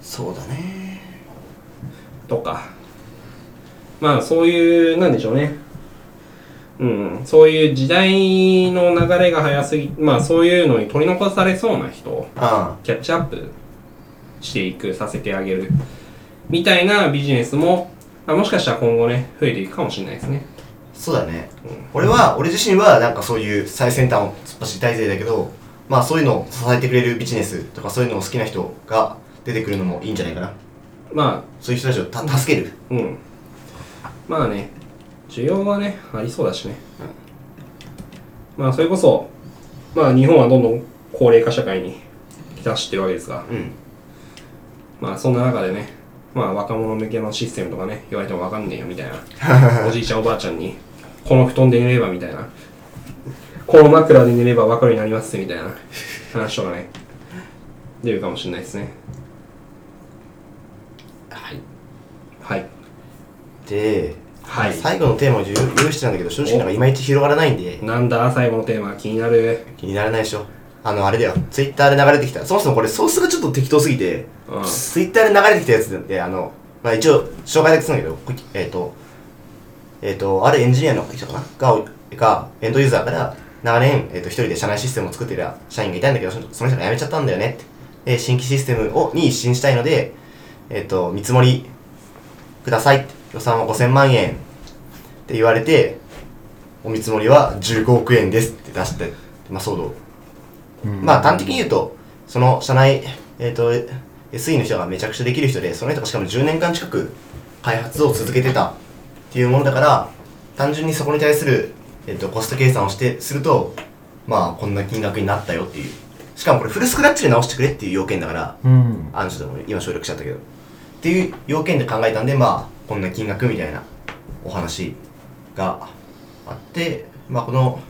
[SPEAKER 2] そうだね。
[SPEAKER 1] とか。まあそういう、なんでしょうね。うん、そういう時代の流れが早すぎ、まあそういうのに取り残されそうな人を
[SPEAKER 2] あ
[SPEAKER 1] キャッチアップしていく、させてあげる。みたいなビジネスも、まあ、もしかしたら今後ね、増えていくかもしれないですね。
[SPEAKER 2] あ、そうだね。俺は、俺自身は、なんかそういう最先端を突っ走りたい勢だけど、まあそういうのを支えてくれるビジネスとかそういうのを好きな人が出てくるのもいいんじゃないかな。
[SPEAKER 1] ま
[SPEAKER 2] そういう人たちをた助ける。
[SPEAKER 1] あ、うん。まあね、需要はね、ありそうだしね。まあそれこそ、まあ日本はどんどん高齢化社会に来たしてるわけですが、
[SPEAKER 2] うん。
[SPEAKER 1] まあそんな中でね、まあ若者向けのシステムとかね、言われてもわかんねえよみたいな。 おじいちゃんおばあちゃんに、この布団で寝ればみたいな。この枕で寝ればわかるようになりますみたいな話とかね、出るかもしれないですね。はい。はい。
[SPEAKER 2] で、
[SPEAKER 1] はい
[SPEAKER 2] 最後のテーマを用意してたんだけど、正直なんかいまいち広がらないんで、
[SPEAKER 1] なんだ最後のテーマ気になる。
[SPEAKER 2] 気にならないでしょ。あの、あれだよ。ツイッターで流れてきた。そもそもこれソースがちょっと適当すぎて、
[SPEAKER 1] うん。
[SPEAKER 2] ツイッターで流れてきたやつなんで、あの、まあ一応、紹介だけするんだけど、こえっ、と、えっ、と、あるエンジニアの人かなが、が、エンドユーザーから、長年、えっ、と、一人で社内システムを作っている社員がいたんだけど、そのその人が辞めちゃったんだよねって。で、新規システムを、に一新したいので、えっ、と、見積もりくださいって。予算は5000万円って言われて、お見積もりは15億円ですって出して、まあ、騒動。まあ端的に言うと、その社内、えっ、と、SE の人がめちゃくちゃできる人で、その人がしかも10年間近く開発を続けてたっていうものだから、単純にそこに対する、えっ、と、コスト計算をして、すると、まあこんな金額になったよっていう。しかもこれフルスクラッチで直してくれっていう要件だから、
[SPEAKER 3] うん
[SPEAKER 2] あの、ちょっと今省略しちゃったけど。っていう要件で考えたんで、まあ、こんな金額みたいなお話があって、まあ、この、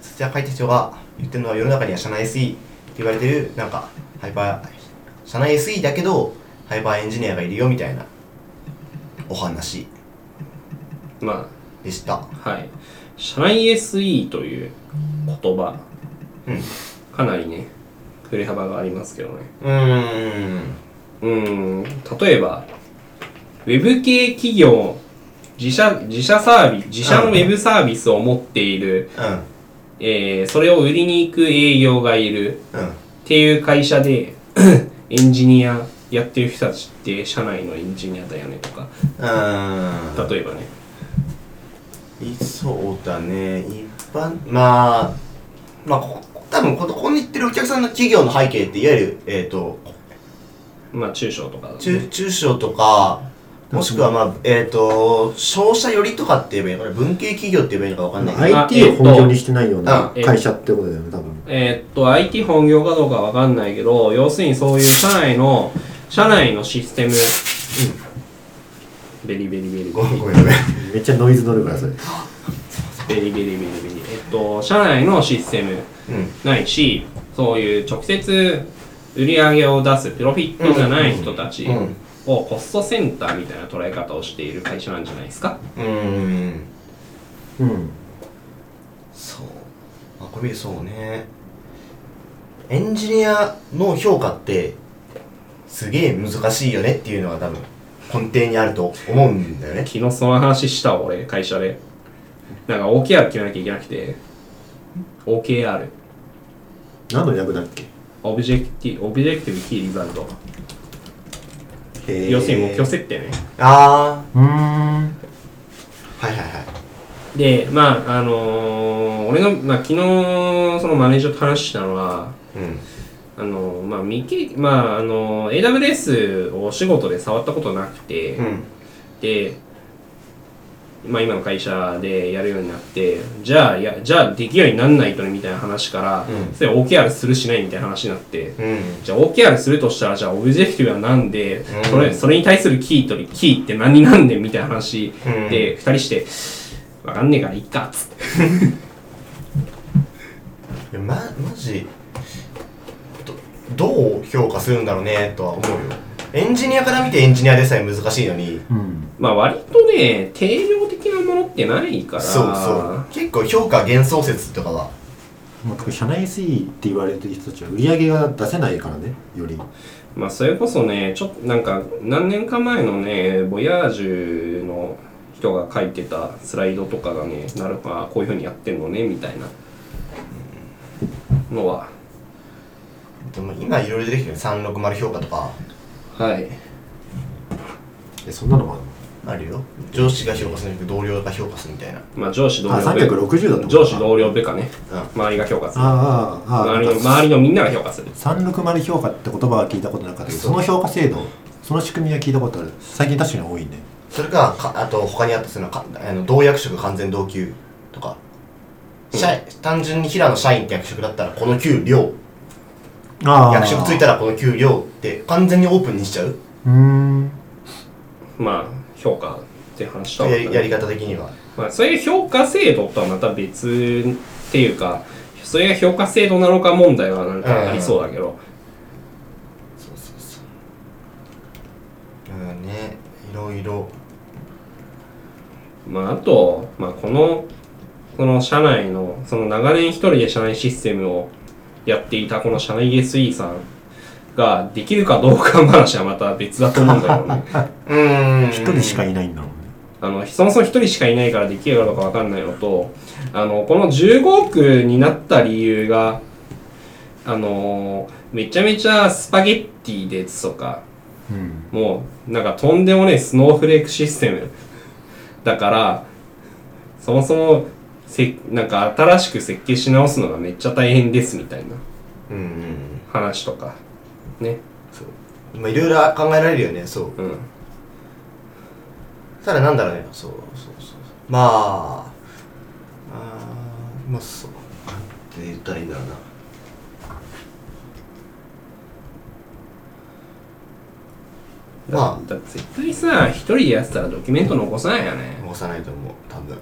[SPEAKER 2] そちら書いた人が言ってるのは、世の中には社内 SE って言われてる、なんか、ハイパー、社内 SE だけど、ハイパーエンジニアがいるよみたいなお話
[SPEAKER 1] ま
[SPEAKER 2] でした。
[SPEAKER 1] あ、はい。社内 SE という言葉、
[SPEAKER 2] うん。
[SPEAKER 1] かなりね、振れ幅がありますけどね。
[SPEAKER 2] うーん。
[SPEAKER 1] うーん、例えば、ウェブ系企業自社、自社サービス、自社のウェブサービスを持っている、えーそれを売りに行く営業がいる、
[SPEAKER 2] うんうん
[SPEAKER 1] っていう会社で エンジニアやってる人たちって社内のエンジニアだよねとか
[SPEAKER 2] うん
[SPEAKER 1] 例えばね
[SPEAKER 2] いそうだね一般まあまあこ多分こここに行ってるお客さんの企業の背景っていわゆるえっ、と
[SPEAKER 1] まあ中小とかだとね
[SPEAKER 2] 中中小とかもしくはまあえっ、と商社寄りとかって言えばいいのかな文系企業って言えばいいのかわかんないけど、
[SPEAKER 1] あ
[SPEAKER 3] IT を本業にしてないような
[SPEAKER 1] えっと
[SPEAKER 3] 会社ってことだよね多分
[SPEAKER 1] えーっと IT 本業かどうかわかんないけど要するにそういう社内の社内のシステム、ベリベリベリ
[SPEAKER 2] ごめんごめんごめん
[SPEAKER 3] めっちゃノイズ乗るからそれ
[SPEAKER 1] ベリベリベリベリえっと社内のシステム
[SPEAKER 2] うん
[SPEAKER 1] ないしそういう直接売り上げを出すプロフィットじゃない人たちをコストセンターみたいな捉え方をしている会社なんじゃないですか
[SPEAKER 2] うーん
[SPEAKER 3] うん
[SPEAKER 2] そうあこれそうねエンジニアの評価ってすげえ難しいよねっていうのが多分根底にあると思うんだよね
[SPEAKER 1] 昨日その話したわ俺会社でなんか OKR 決めなきゃいけなくて OKR
[SPEAKER 3] 何の略だっけ
[SPEAKER 1] オブジェクティオブジェクティブキーリザルト
[SPEAKER 2] へー
[SPEAKER 1] 要するに目標設定ね
[SPEAKER 2] あ
[SPEAKER 3] うーん
[SPEAKER 2] あはいはいはい
[SPEAKER 1] でまああのー俺の、まあ、昨日そのマネージャーと話したのは
[SPEAKER 2] うん
[SPEAKER 1] あのーまあ未経まああのー AWS をお仕事で触ったことなくて、
[SPEAKER 2] うん
[SPEAKER 1] で、まあ、今の会社でやるようになってじゃあいやじゃあできるようになんないとねみたいな話から、
[SPEAKER 2] うん
[SPEAKER 1] それ OKR するしないみたいな話になって、
[SPEAKER 2] うん
[SPEAKER 1] じゃあ OKR するとしたらじゃあオブジェクティブは何で、
[SPEAKER 2] うん
[SPEAKER 1] それそれに対するキーとりキーって何なんでみたいな話
[SPEAKER 2] うん
[SPEAKER 1] で2人して分かんねえからいっかっつって
[SPEAKER 2] いやまマジどどう評価するんだろうねとは思うよエンジニアから見てエンジニアでさえ難しいのに
[SPEAKER 3] うん
[SPEAKER 1] まあ割とね定量的なものってないから
[SPEAKER 2] そうそう結構評価幻想説とかは
[SPEAKER 3] まあ特に社内推移って言われてる人たちは売り上げが出せないからねより
[SPEAKER 1] まあそれこそねちょっとなんか何年か前のねボヤージュの人が書いてたスライドとかがねなるかこういうふうにやってんのねみたいなのは
[SPEAKER 2] でも今いろいろ出てきてる360評価とか
[SPEAKER 1] はい
[SPEAKER 3] えそんなのもあるの
[SPEAKER 2] あるよ上司が評価するんじゃなくて同僚が評価するみたいな
[SPEAKER 1] まあ上司同
[SPEAKER 3] あ
[SPEAKER 1] 僚部
[SPEAKER 3] 360だった
[SPEAKER 1] 上司同僚部下ね周りが評価する
[SPEAKER 3] ああああ
[SPEAKER 1] 周りの
[SPEAKER 3] なんか
[SPEAKER 1] 周りのみんなが評価する
[SPEAKER 3] 360評価って言葉は聞いたことなかったけどその評価制度その仕組みは聞いたことある最近確かに多いね
[SPEAKER 2] それかかあと他にあったそのかあの同役職完全同級とか社員単純に平野社員って役職だったらこの給料
[SPEAKER 3] あ
[SPEAKER 2] 役職ついたらこの給料って完全にオープンにしちゃう
[SPEAKER 3] うーん
[SPEAKER 1] まあ評価って話したわ
[SPEAKER 2] や
[SPEAKER 1] けだ
[SPEAKER 2] り
[SPEAKER 1] ね
[SPEAKER 2] やり方的には
[SPEAKER 1] まあ、それが評価制度とはまた別っていうかそれが評価制度なのか問題はなんかありそうだけど、
[SPEAKER 2] そうそうそううんねいろいろ
[SPEAKER 1] まあ、あと、まあ、この、この社内の、その長年一人で社内システムをやっていたこの社内 SE さんができるかどうか話はまた別だと思うんだけどね。
[SPEAKER 2] うーん
[SPEAKER 3] 一人しかいないんだもんね
[SPEAKER 1] あの、そもそも一人しかいないからできるかどうかわかんないのと、あの、この15億になった理由が、あの、めちゃめちゃスパゲッティですとか、
[SPEAKER 3] うん
[SPEAKER 1] もうなんかとんでもねえスノーフレークシステムだからそもそもせなんか新しく設計し直すのがめっちゃ大変ですみたいな
[SPEAKER 2] うんうん
[SPEAKER 1] 話とかね
[SPEAKER 2] そうまあいろいろ考えられるよねそう
[SPEAKER 1] うん
[SPEAKER 2] ただなんだろうねそうそうそうまああーまあそうって言ったらいいんだろうなま
[SPEAKER 1] だって絶対さ一人でやってたらドキュメント残さないよね
[SPEAKER 2] あ残さないと思う多分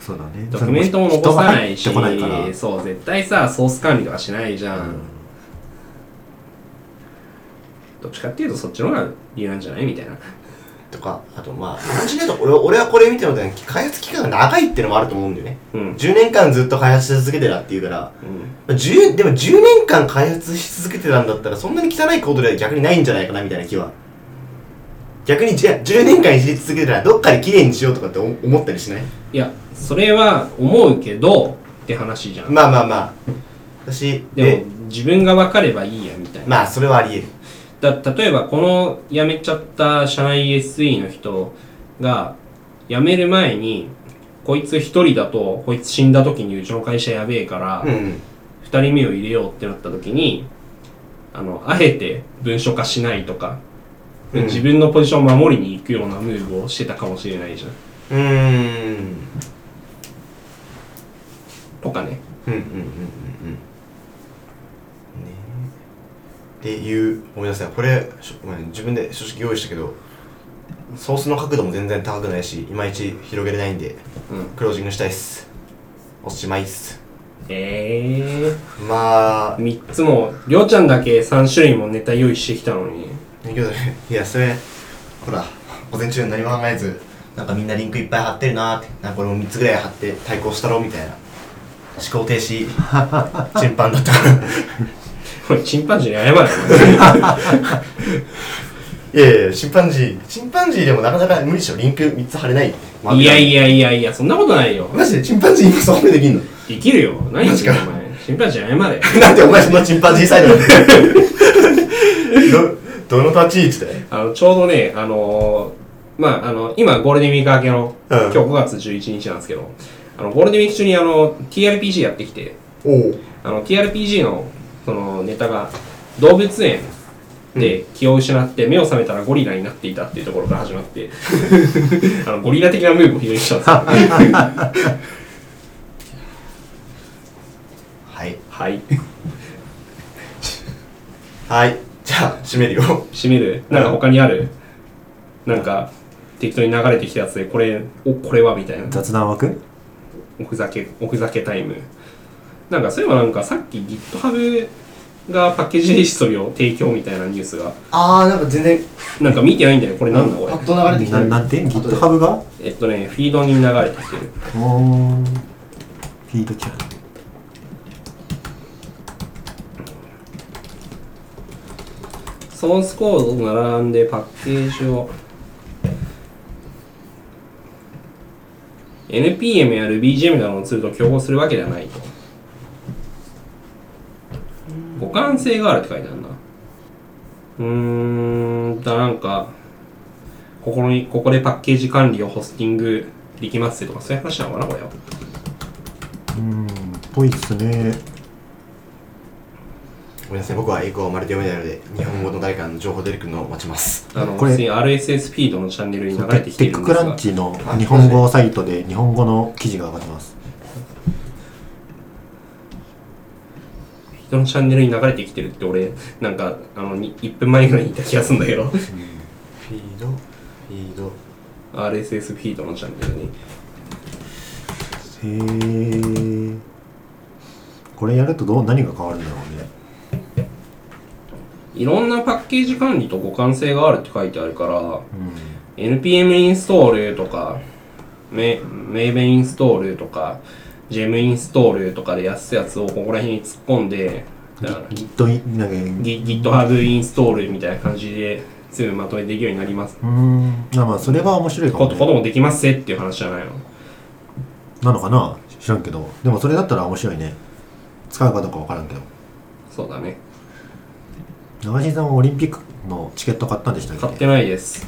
[SPEAKER 3] そうだね
[SPEAKER 1] ドキュメントも残さないし
[SPEAKER 3] 人が入ってこないから
[SPEAKER 1] そう絶対さソース管理とかしないじゃん、どっちかっていうとそっちの方が理由なんじゃないみたいな
[SPEAKER 2] とかあとまあ単純に言うと俺は俺はこれ見てるので開発期間が長いってのもあると思うんだよね
[SPEAKER 1] うん、うん、
[SPEAKER 2] 10年間ずっと開発し続けてたっていうからまあ10でも10年間開発し続けてたんだったらそんなに汚いコードでは逆にないんじゃないかなみたいな気は逆にじゃあ10年間いじり続けたらどっかで綺麗にしようとかって思思ったりしない
[SPEAKER 1] いやそれは思うけどって話じゃん
[SPEAKER 2] まあまあまあ私
[SPEAKER 1] で
[SPEAKER 2] で
[SPEAKER 1] も自分が分かればいいやみたいな
[SPEAKER 2] まあそれはあり
[SPEAKER 1] だ例えばこの辞めちゃった社内 SE の人が辞める前にこいつ一人だとこいつ死んだ時にうちの会社やべえから
[SPEAKER 2] 得るうん
[SPEAKER 1] 二人目を入れようってなった時にあのあえて文書化しないとか、
[SPEAKER 2] うん
[SPEAKER 1] 自分のポジションを守りに行くようなムーブをしてたかもしれないじゃん
[SPEAKER 2] うーん
[SPEAKER 1] とかね
[SPEAKER 2] うんうんうんうんうんねっていうごめんなさいこれしょごめん自分で書式用意したけどソースの角度も全然高くないしいまいち広げれないんで
[SPEAKER 1] うん
[SPEAKER 2] クロージングしたいっすおしまいっす
[SPEAKER 1] え
[SPEAKER 2] まあ
[SPEAKER 1] え3つもりょうちゃんだけ3種類もネタ用意してきたのに
[SPEAKER 2] いいけどねいやそれ
[SPEAKER 4] ほら午前中何も考えずなんかみんなリンクいっぱい貼ってるなーって
[SPEAKER 2] なんかこれも3つぐらい貼って対抗したろみたいな思考 停止チンパンだったから
[SPEAKER 1] これチンパンジーに謝れよ
[SPEAKER 2] いやいやチンパンジーチンパンジーでもなかなか無理でしょリンク3つ貼れない
[SPEAKER 1] お前いやい
[SPEAKER 2] や
[SPEAKER 1] やいやいやそんなことないよ
[SPEAKER 2] マジでチンパンジー今そこまでできんの
[SPEAKER 1] できるよ何言ってんのお前チンパンジーに謝れ
[SPEAKER 2] なんでお前そんなチンパンジーサイドなんだよ どどの立ち位置だよ
[SPEAKER 1] あのちょうどねあのーまああの今ゴールデンウィーク明けの、
[SPEAKER 2] うん
[SPEAKER 1] 今日5月11日なんですけどあのゴールデンウィーク中にあの TRPG やってきて
[SPEAKER 2] おお
[SPEAKER 1] あの TRPG のそのネタが動物園で気を失って目を覚めたらゴリラになっていたっていうところから始まって あのゴリラ的なムーブを非常にしたんです よ
[SPEAKER 2] はい
[SPEAKER 1] はい
[SPEAKER 2] はいじゃあ締めるよ
[SPEAKER 1] 閉めるなんか他にあるなんか適当に流れてきたやつでこれおこれはみたいな
[SPEAKER 3] 雑談枠
[SPEAKER 1] おふざけおふざけタイムなんかそういえばなんかさっき GitHub がパッケージレシトリを提供みたいなニュースが
[SPEAKER 4] あーなんか全然
[SPEAKER 1] なんか見てないんだよこれなんだこれ
[SPEAKER 4] パッと流れてきた
[SPEAKER 3] ななんて ?GitHub が
[SPEAKER 1] えっとねフィードに流れてきてる
[SPEAKER 3] おーフィードキャン。
[SPEAKER 1] ソースコードを並んでパッケージを NPM や RubyGM などのツールと競合するわけではないと互換性があるって書いてあるなうーんだなんかここにここでパッケージ管理をホスティングできますとかそういう話なのかなこれは
[SPEAKER 3] うん、ぽいっすね。
[SPEAKER 2] ごめんなさい僕は英語はまるで読めないので日本語の誰かの情報出てくるのを待ちます
[SPEAKER 1] あの
[SPEAKER 3] これ
[SPEAKER 1] 普通に RSS フィードのチャンネルに流れてきてい
[SPEAKER 3] テッ
[SPEAKER 1] るん
[SPEAKER 3] ク
[SPEAKER 1] で
[SPEAKER 3] ク
[SPEAKER 1] す
[SPEAKER 3] ラン
[SPEAKER 1] が
[SPEAKER 3] チの日本語サイトで日本語の記事が上がってます。
[SPEAKER 1] 人のチャンネルに流れてきてるって俺なんかあのに1分前ぐらいにいた気がするんだけど
[SPEAKER 2] フィードフィード
[SPEAKER 1] RSS フィードのチャンネルに
[SPEAKER 3] へー。これやるとどう何が変わるんだろうね。
[SPEAKER 1] いろんなパッケージ管理と互換性があるって書いてあるから
[SPEAKER 3] う
[SPEAKER 1] NPM インストールとかメ Maven インストールとか Gem インストールとかで安いやつをここら辺に突っ込んでだから
[SPEAKER 3] ん。ギットイン、なんか、
[SPEAKER 1] Gi- GitHub インストールみたいな感じで全部まとめできるようになります
[SPEAKER 3] うん。あまあ、それは面白いか
[SPEAKER 1] こ
[SPEAKER 3] も、
[SPEAKER 1] とこ
[SPEAKER 3] ね。
[SPEAKER 1] ともできますぜっていう話じゃないの
[SPEAKER 3] なのかな知らんけど。でもそれだったら面白いね。使うかどうかわからんけど。
[SPEAKER 1] そうだね
[SPEAKER 3] 長新さんはオリンピックのチケット買ったんでした
[SPEAKER 1] 買っ
[SPEAKER 3] っけ
[SPEAKER 1] てないです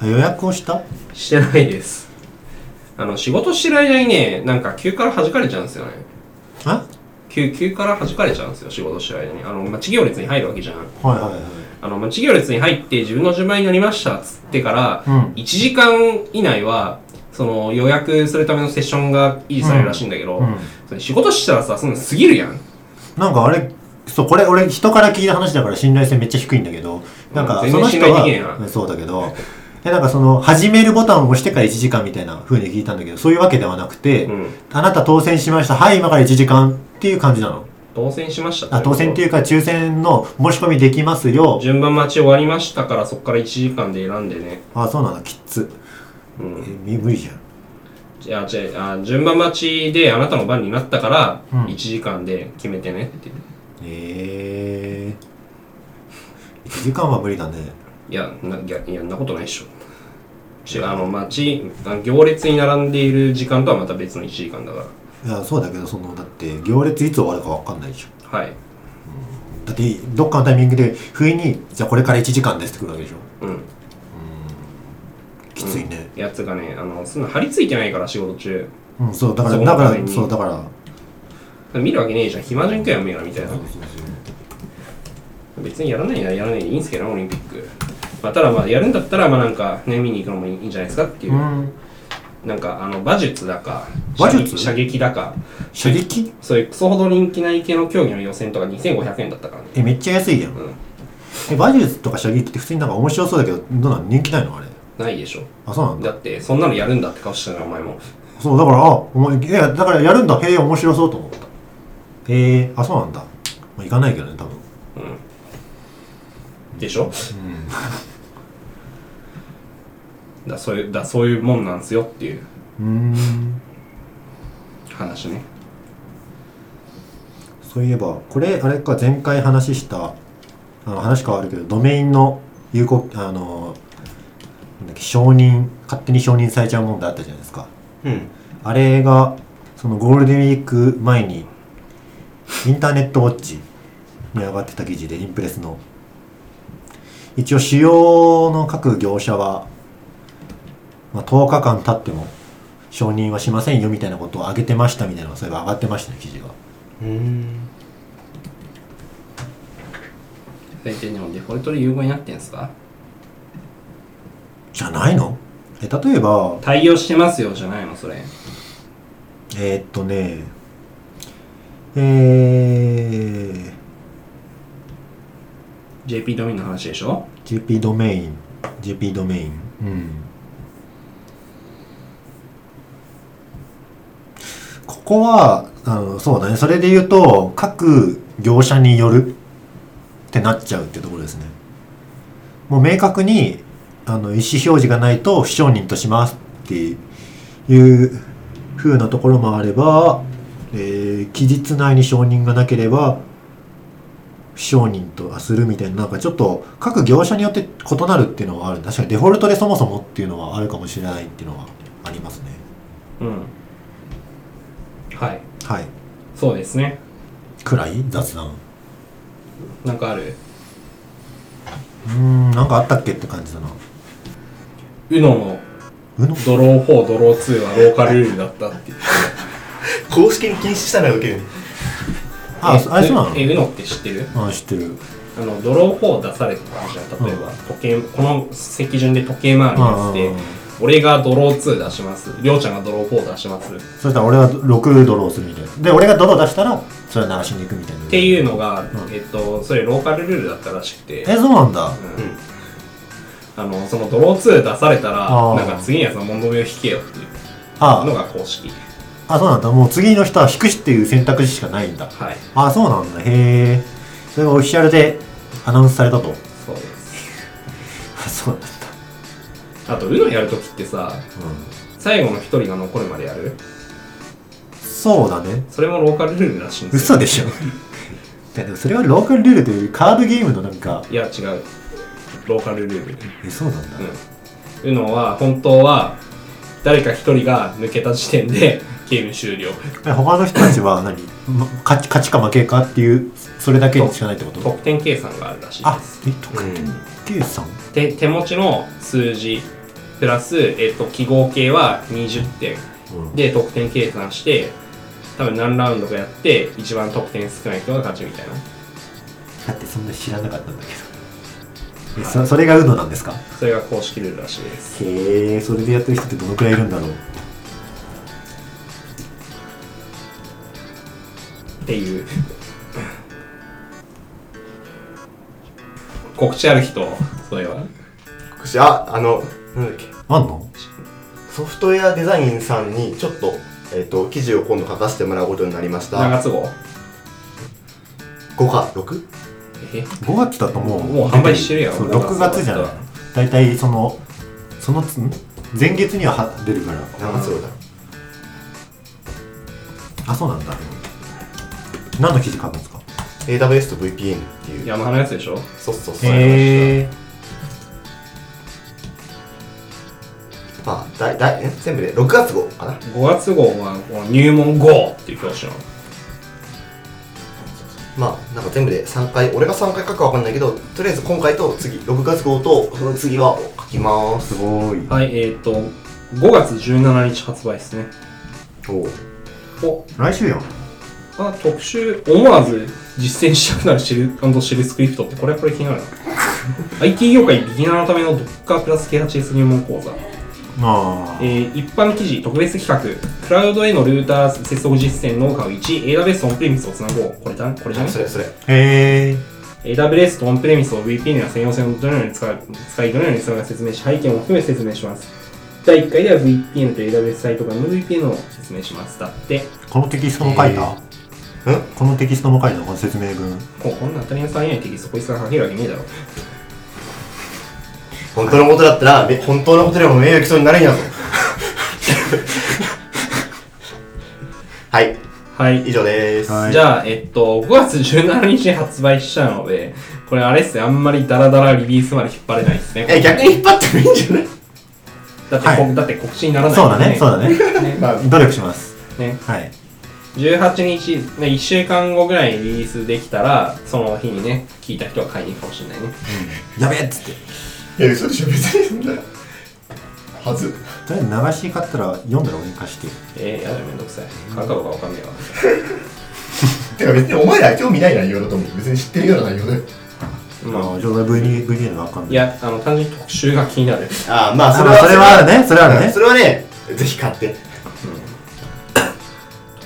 [SPEAKER 3] あ予約をした
[SPEAKER 1] してないですあの仕事してる間にねなんか急から弾かれちゃうんですよね
[SPEAKER 3] あ
[SPEAKER 1] 急急から弾かれちゃうんですよ仕事してる間にあの待ち行列に入るわけじゃん
[SPEAKER 3] はいはいはい。
[SPEAKER 1] あの待ち行列に入って自分の順番になりましたっつってから、
[SPEAKER 3] うん
[SPEAKER 1] 1時間以内はその予約するためのセッションが維持されるらしいんだけど、
[SPEAKER 3] うん
[SPEAKER 1] それ仕事してたらさそんな過ぎるやん
[SPEAKER 3] なんかあれ、そう、これ俺人から聞いた話だから信頼性めっちゃ低いんだけど、なんか
[SPEAKER 1] うん
[SPEAKER 3] その
[SPEAKER 1] 全
[SPEAKER 3] 人
[SPEAKER 1] 然信頼
[SPEAKER 3] は
[SPEAKER 1] できねえな、
[SPEAKER 3] うんそうだけど、えなんかその、始めるボタンを押してから1時間みたいな風に聞いたんだけど、そういうわけではなくて、
[SPEAKER 1] うん
[SPEAKER 3] あなた当選しました、はい、今から1時間っていう感じなの。
[SPEAKER 1] 当選しました
[SPEAKER 3] あ当選っていうか、抽選の申し込みできますよ。
[SPEAKER 1] 順番待ち終わりましたからそっから1時間で選んでね
[SPEAKER 3] あ、そうなんだ、キッズ。
[SPEAKER 1] うん
[SPEAKER 3] え、み無理じゃん。
[SPEAKER 1] じゃあ、じゃあ、順番待ちであなたの番になったから、
[SPEAKER 3] うん
[SPEAKER 1] 1時間で決めてねって。
[SPEAKER 3] ええー。1時間は無理だね。
[SPEAKER 1] いや、ないや、いやんなことないっしょ。違う、あの、まあ、ち、あの行列に並んでいる時間とはまた別の1時間だか
[SPEAKER 3] いやそうだけどそのだって行列いつ終わるか分かんないでしょ
[SPEAKER 1] ら。はい。
[SPEAKER 3] だってどっかのタイミングで不意にじゃあこれから1時間ですってくるわけでしょ
[SPEAKER 1] うん。
[SPEAKER 3] きついね
[SPEAKER 1] やつがね、あの、そんな張り付いてないから、仕事中。
[SPEAKER 3] うん、そうだから
[SPEAKER 1] そう
[SPEAKER 3] だか
[SPEAKER 1] お互い
[SPEAKER 3] ら
[SPEAKER 1] に
[SPEAKER 3] そうだから
[SPEAKER 1] 見るわけねえじゃん。暇人かよ、おめえらみたいな。別にやらないならやらないでいいんすけどな、オリンピック。まあ、ただ、まあ、やるんだったら、まあ、なんか、ね、見に行くのもいいんじゃないですかっていう。
[SPEAKER 3] うん
[SPEAKER 1] なんか、あの、馬術だか、
[SPEAKER 3] 馬術
[SPEAKER 1] 射撃射撃だか、
[SPEAKER 3] 射撃
[SPEAKER 1] そういうクソほど人気ない系の競技の予選とか2500円だったからね。
[SPEAKER 3] えめっちゃ安いやん、
[SPEAKER 1] うん
[SPEAKER 3] え馬術とか射撃って普通になんか面白そうだけどどうなの人気ないのあれ
[SPEAKER 1] ないでしょ。
[SPEAKER 3] あそうなんだ
[SPEAKER 1] だって、そんなのやるんだって顔してたじゃんお前も。
[SPEAKER 3] そうだからあお前いやだからやるんだへえ面白そうと思ったへえあそうなんだ、まあ、行かないけどね多分
[SPEAKER 1] でしょ、だそういう、だそういうもんなんすよっていう
[SPEAKER 3] うーん
[SPEAKER 1] 話ね。
[SPEAKER 3] そういえばこれあれか前回話したあの話変わるけどドメインの有効あのなんだっけ承認勝手に承認されちゃう問題あったじゃないですか
[SPEAKER 2] うん
[SPEAKER 3] あれがそのゴールデンウィーク前にインターネットウォッチに上がってた記事でインプレスの一応主要の各業者は、まあ、10日間経っても承認はしませんよみたいなことを挙げてましたみたいなのがそういえば上がってましたね記事が
[SPEAKER 2] うん
[SPEAKER 1] 大体でもデフォルトで融合になってんすか
[SPEAKER 3] じゃないのえ例えば
[SPEAKER 1] 対応してますよじゃないのそれ。
[SPEAKER 3] えー、っとねえー、
[SPEAKER 1] JP ドミンの話でしょ
[SPEAKER 3] GP ドメイン GP ドメインうんここはあのそうだねそれで言うと各業者によるってなっちゃうってところですねもう明確にあの意思表示がないと不承認としますっていう風なところもあれば、えー期日内に承認がなければ不承認とするみたいななんかちょっと各業者によって異なるっていうのはある確かにデフォルトでそもそもっていうのはあるかもしれないっていうのはありますね
[SPEAKER 1] うん。はい。
[SPEAKER 3] はい
[SPEAKER 1] そうですね。
[SPEAKER 3] くらい雑談
[SPEAKER 1] なんかある
[SPEAKER 3] うーんなんかあったっけって感じだな
[SPEAKER 1] ?UNO の
[SPEAKER 3] うの
[SPEAKER 1] ドロー4、ドロー2はローカルルールだったっていう。
[SPEAKER 2] 公式に禁止したらウケるね
[SPEAKER 3] ああれそうな
[SPEAKER 1] え、
[SPEAKER 3] の
[SPEAKER 1] UNO って知ってる
[SPEAKER 3] あ知ってる
[SPEAKER 1] あのドロー4出されてたじゃん例えば、
[SPEAKER 3] うん
[SPEAKER 1] 時計この席順で時計回りやって
[SPEAKER 3] うんうんうん
[SPEAKER 1] 俺がドロー2出しますりょうちゃんがドロー4出しますっ
[SPEAKER 3] そしたら俺は6ドローするみたいなで俺がドロー出したらそれは流しに行くみたいなって
[SPEAKER 1] いうの
[SPEAKER 3] が
[SPEAKER 1] が、
[SPEAKER 3] うん
[SPEAKER 1] えっとそれローカルルールだったらしくて、
[SPEAKER 3] えそうなんだ
[SPEAKER 1] あのそのドロー2出されたら
[SPEAKER 3] あー
[SPEAKER 1] なんか次のやつは問答を引けよっていうの
[SPEAKER 3] あ
[SPEAKER 1] が公式
[SPEAKER 3] あそうなんだもう次の人は引くしっていう選択肢しかないんだ
[SPEAKER 1] はい
[SPEAKER 3] あそうなんだへえそれがオフィシャルでアナウンスされたと
[SPEAKER 1] そうです
[SPEAKER 3] あそうなんだ
[SPEAKER 1] あと UNO やるときってさ
[SPEAKER 3] う
[SPEAKER 1] 最後の一人が残るまでやる
[SPEAKER 3] ん、そうだね
[SPEAKER 1] それもローカルルールらしいんですよ
[SPEAKER 3] 嘘でしょ いやでもそれはローカルルールというよりカードゲームのなんか
[SPEAKER 1] いや違うローカルルール
[SPEAKER 3] えそうなんだ、
[SPEAKER 1] うん、いうのは本当は誰か一人が抜けた時点でゲーム終了
[SPEAKER 3] え他の人たちは何 ま勝ち勝ちか負けかっていうそれだけにしかないってこと
[SPEAKER 1] 得点計算があるらしい
[SPEAKER 3] あ
[SPEAKER 1] です
[SPEAKER 3] え得点計算、
[SPEAKER 1] で手持ちの数字プラス、えっと記号系は20点
[SPEAKER 3] うん
[SPEAKER 1] で得点計算して多分何ラウンドかやって一番得点少ない人が勝ちみたいな
[SPEAKER 3] だってそんな知らなかったんだけどえそそれが UNO なんですか
[SPEAKER 1] それが公式ルールらしいです
[SPEAKER 3] へえそれでやってる人ってどのくらいいるんだろう
[SPEAKER 1] っていう 告知ある人それは
[SPEAKER 2] こしああのなんだっけ
[SPEAKER 3] あんの
[SPEAKER 2] ソフトウェアデザインさんにちょっと,、えっと記事を今度書かせてもらうことになりました
[SPEAKER 1] 7月号
[SPEAKER 2] 5か 6?
[SPEAKER 1] え
[SPEAKER 3] 5月だともう
[SPEAKER 1] もう販売してるやろ
[SPEAKER 3] そう6月じゃない大体そのそのん前月にはは出るから
[SPEAKER 2] 長そうだ
[SPEAKER 3] あそうなんだ何の記事書くんですか
[SPEAKER 2] AWS と VPN っていう
[SPEAKER 1] 山のやつでしょ
[SPEAKER 2] そうそうそう、
[SPEAKER 3] へえ
[SPEAKER 2] まあ、だいだいえ全部で6月号かな。
[SPEAKER 1] 5月号はこの入門号っていう表紙なの
[SPEAKER 2] まあ、なんか全部で3回、俺が3回書くかわかんないけど、とりあえず今回と次、6月号と、その次は書きます。
[SPEAKER 3] すごい
[SPEAKER 1] はいえっ、ー、と5月17日発売ですね
[SPEAKER 2] お
[SPEAKER 1] お
[SPEAKER 3] 来週やん
[SPEAKER 1] あ特集思わず実践したくなるシルシルスクリプトってこれはこれ気にな るな IT 業界ビギナーのための Docker プラス K8S 入門講座
[SPEAKER 3] あ
[SPEAKER 1] えー一般記事特別企画クラウドへのルーター接続実践ノウハウ 1AWS オンプレミスをつなごうこれだこれじゃない
[SPEAKER 2] それそれ。
[SPEAKER 3] あへえ
[SPEAKER 1] AWS とオンプレミスを VPN や専用性をどのように使う使いどのように使うか説明し背景も含め説明します第1回では VPN と AWS サイト間の VPN を説明しますだって
[SPEAKER 3] このテキストも書いた、
[SPEAKER 2] えーん
[SPEAKER 3] このテキストも書いたこの説明文
[SPEAKER 1] もうこんな当たり前さんやいテキストこいつが書けるわけねえだろ
[SPEAKER 2] 本当のことだったら、め本当のことでも名誉毀損になるんやぞ。はい、
[SPEAKER 1] はい
[SPEAKER 2] 以上です。
[SPEAKER 3] はい
[SPEAKER 1] じゃあ、えっと、5月17日に発売したので、これあれっすね、あんまりダラダラリリースまで引っ張れないですね。
[SPEAKER 2] え、逆に引っ張ってもいいんじゃない
[SPEAKER 1] だってこ、
[SPEAKER 3] はい
[SPEAKER 1] だって告知にならない
[SPEAKER 3] そうだねそうだね
[SPEAKER 1] だね。ね。
[SPEAKER 2] まあ、
[SPEAKER 3] 努力します
[SPEAKER 1] ね
[SPEAKER 3] はい
[SPEAKER 1] 18日、ね、1週間後ぐらいにリリースできたら、その日にね、聞いた人は買いに行くかもしれないね。
[SPEAKER 3] やべえっつって
[SPEAKER 4] いや、嘘でしょ、別にそんな。はず。
[SPEAKER 3] とりあえず流し買ったら読んだら俺に貸して
[SPEAKER 1] えー、やだ、めんどくさい。買うかどうかわかんねえわ。
[SPEAKER 4] てか別にお前ら興味ない内容だと思う。別に知ってるような内容だよ。
[SPEAKER 1] ま
[SPEAKER 3] まあ冗談 V2 V2 のわかんな
[SPEAKER 1] あ、
[SPEAKER 3] い
[SPEAKER 1] いや、あの、単純に特集が気になる。
[SPEAKER 2] あ、まあ、
[SPEAKER 3] あ
[SPEAKER 2] そ
[SPEAKER 3] そ
[SPEAKER 2] れ
[SPEAKER 3] れ
[SPEAKER 2] は、
[SPEAKER 3] は
[SPEAKER 2] そ
[SPEAKER 3] そ
[SPEAKER 2] れ
[SPEAKER 3] れ
[SPEAKER 2] は
[SPEAKER 3] はあるねそれはあるね
[SPEAKER 2] それはね、ぜひ買って。は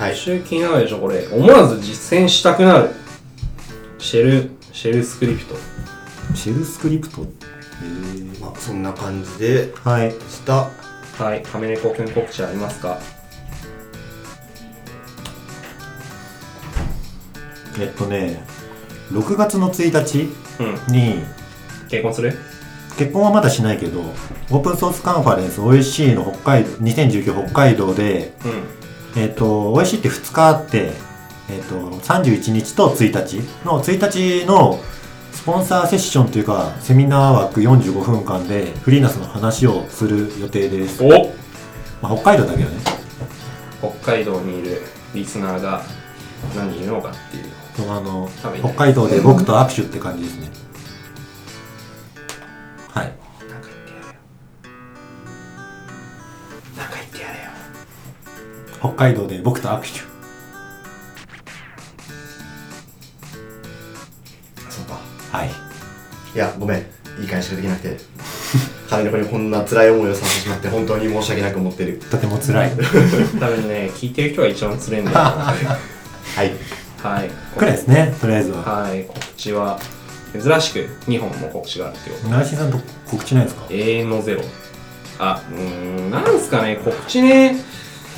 [SPEAKER 1] 特
[SPEAKER 2] い。
[SPEAKER 1] 集気になるでしょ、これ。思わず実践したくなる。シェル、シェルスクリプト。
[SPEAKER 3] シェルスクリプトへ
[SPEAKER 2] まあ、そんな感じで
[SPEAKER 3] えはい
[SPEAKER 2] した。
[SPEAKER 1] はい、カメレコくん告知ありますか
[SPEAKER 3] えっとね6月の1日
[SPEAKER 1] うん。
[SPEAKER 3] に
[SPEAKER 1] 結婚する
[SPEAKER 3] 結婚はまだしないけどオープンソースカンファレンス OSC の北海道2019北海道で
[SPEAKER 1] う
[SPEAKER 3] えっ、と OSC って2日あってえっ、と31日と1日の1日のスポンサーセッションというかセミナー枠45分間でフリーナスの話をする予定です、
[SPEAKER 1] ん。
[SPEAKER 3] まあ、北海道だけどね
[SPEAKER 1] お北海道にいるリスナーが何人いるのかっていう。
[SPEAKER 3] そうあの
[SPEAKER 1] 多分いな
[SPEAKER 3] 北
[SPEAKER 1] い
[SPEAKER 3] 海道で僕と握手って感じですねはい
[SPEAKER 1] なんか言ってやれよ。なんか言ってやれよ。
[SPEAKER 3] 北海道で僕と握手
[SPEAKER 2] そうか。
[SPEAKER 3] はい
[SPEAKER 2] いや、ごめん。いい返しができなくて。彼の子にこんな辛い思いをさせてしまって、本当に申し訳なく思ってる。
[SPEAKER 3] とても辛い
[SPEAKER 1] 多分ね、聞いてる人が一番つれんだ よ。は
[SPEAKER 2] はい。
[SPEAKER 1] い。
[SPEAKER 3] くらいですねとりあえずは
[SPEAKER 1] はい、告知は、珍しく2本も告知があるってこと。
[SPEAKER 3] 長新さんと告知ないですか
[SPEAKER 1] 永遠のゼロ。あ、うーん、なんすかね、告知ね、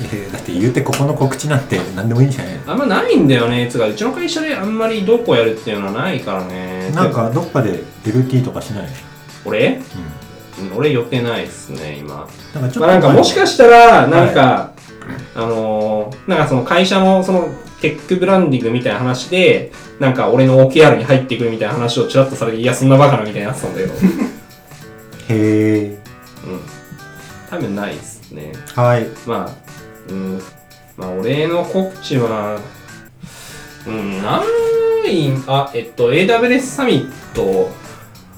[SPEAKER 3] いやだって言うてここの告知なんて何でもいいんじゃない
[SPEAKER 1] あんまないんだよね。つうか、うちの会社であんまりどこやるっていうのはないからね。
[SPEAKER 3] なんかどっかで LT とかしない
[SPEAKER 1] 俺
[SPEAKER 3] う
[SPEAKER 1] 俺予定ないっすね、今。
[SPEAKER 3] んなんかちょっと、
[SPEAKER 1] まあ、なんかもしかしたら、なんか、あのーなんかその会社のそのテックブランディングみたいな話で、なんか俺の OKR に入ってくるみたいな話をちらっとされて、いや、そんなバカなみたいになってたんだ けど、うん。
[SPEAKER 3] へえ
[SPEAKER 1] 多分ないですね。
[SPEAKER 3] はい
[SPEAKER 1] まあ、うん。まあ、俺の告知は、うん、ない、あ、えっと、AWS サミット、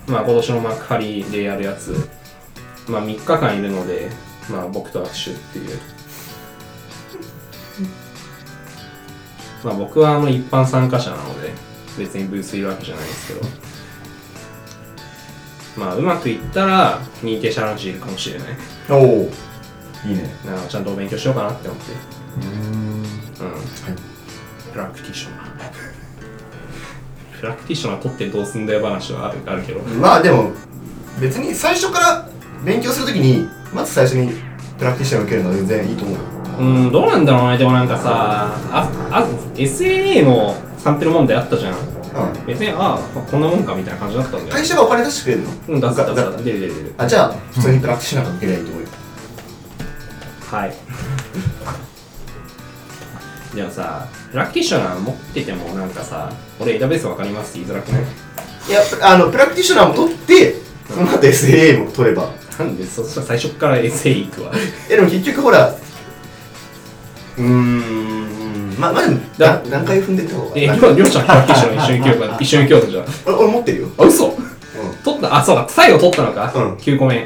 [SPEAKER 1] まあ、今年の幕張でやるやつ、まあ、3日間いるので、まあ、僕と握手っていう。まあ、僕はあの一般参加者なので、別にブースいるわけじゃないですけど、まあ、うまくいったら、認定者ランチいるかもしれない。
[SPEAKER 4] おお。いいね。
[SPEAKER 1] なんかちゃんとお勉強しようかなって思って。
[SPEAKER 3] うーん
[SPEAKER 1] うん。プラクティショナー。プラクティショナー取ってどうすんだよ話はあるあるけど。
[SPEAKER 2] まあでも、別に最初から勉強するときに、まず最初にプラクティションを受けるのは全然いいと思う。
[SPEAKER 1] うん、どうなんだろうね。でもなんかさ、あ、あ、SAA のサンプル問題あったじゃん。
[SPEAKER 2] う
[SPEAKER 1] 別に、ああ、こんなもんかみたいな感じだったん
[SPEAKER 2] ん。
[SPEAKER 1] だ
[SPEAKER 2] 会
[SPEAKER 1] よ。
[SPEAKER 2] 社がお金出してくれるの
[SPEAKER 1] うん、出す出す
[SPEAKER 2] が
[SPEAKER 1] 出す出る出る出る。
[SPEAKER 2] あ、じゃあ、普通にプラクティションなんか受けりゃいいと思うよ。
[SPEAKER 1] はい。でもさ、プラクティショナー持っててもなんかさ、俺 AWS わかりますって言いづらくない
[SPEAKER 2] いや、あの、プラクティショナーも取って、その後 SAA も取れば。
[SPEAKER 1] なんでそしたら最初っから SA 行くわ
[SPEAKER 2] えでも結局ほらうーんまあまあでも
[SPEAKER 1] だ
[SPEAKER 2] だ段階踏んでった方が
[SPEAKER 1] え
[SPEAKER 2] なん
[SPEAKER 1] 今
[SPEAKER 2] か
[SPEAKER 1] りょうちゃんから一緒に一緒に行けようか一緒に行けようかじゃあ
[SPEAKER 2] 俺俺持ってるよ
[SPEAKER 1] あ嘘、取ったあそうだ最後取ったのか、
[SPEAKER 2] うん
[SPEAKER 1] 9個目、
[SPEAKER 2] ん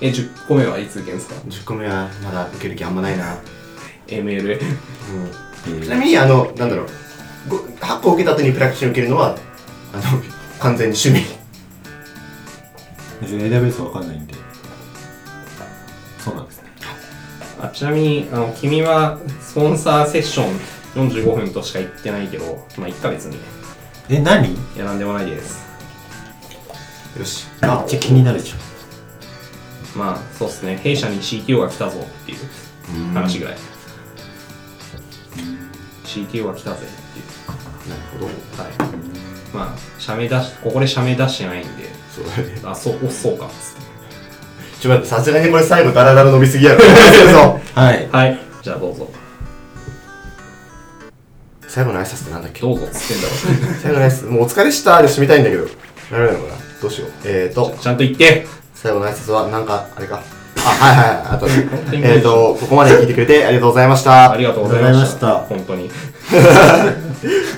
[SPEAKER 1] え10個目はいつ受けんすか
[SPEAKER 2] 10個目はまだ受ける気あんまないな、
[SPEAKER 1] ML
[SPEAKER 2] うん、ちなみにあのなんだろうご8個受けた後にプラクション受けるのはあの完全に趣味
[SPEAKER 3] 別に AWS わかんないんでそうなんですね
[SPEAKER 1] あちなみにあの君はスポンサーセッション45分としか行ってないけどまあ行った別に
[SPEAKER 3] え何
[SPEAKER 1] いやなんでもないです
[SPEAKER 2] よし
[SPEAKER 3] めっちゃ気になるじゃん
[SPEAKER 1] まあそうっすね弊社に CTO が来たぞっていう話ぐらい CTO が来たぜっていう
[SPEAKER 2] なるほど
[SPEAKER 1] はい。まあ、社名出し、ここで社名出してないんで、
[SPEAKER 2] そうだね
[SPEAKER 1] あ、そう、おそうかっつっ
[SPEAKER 2] ちょっと待ってさすがにこれ最後ダラダラ伸びすぎやろ そう
[SPEAKER 3] はい
[SPEAKER 1] て。はい。じゃあどうぞ。
[SPEAKER 2] 最後の挨拶ってなんだっけ
[SPEAKER 1] どうぞっつってんだ
[SPEAKER 2] 最後の挨拶もうお疲れしたで締めたいんだけどなるのかなどうしようえー と
[SPEAKER 1] ろ。ちゃんと言って
[SPEAKER 2] 最後の挨拶はなんかあれ かあはいはいはいあと
[SPEAKER 1] 当に
[SPEAKER 2] えーとここまで聞いてくれてありがとうございました
[SPEAKER 1] ありがとうございました。
[SPEAKER 3] あり
[SPEAKER 1] 本当に。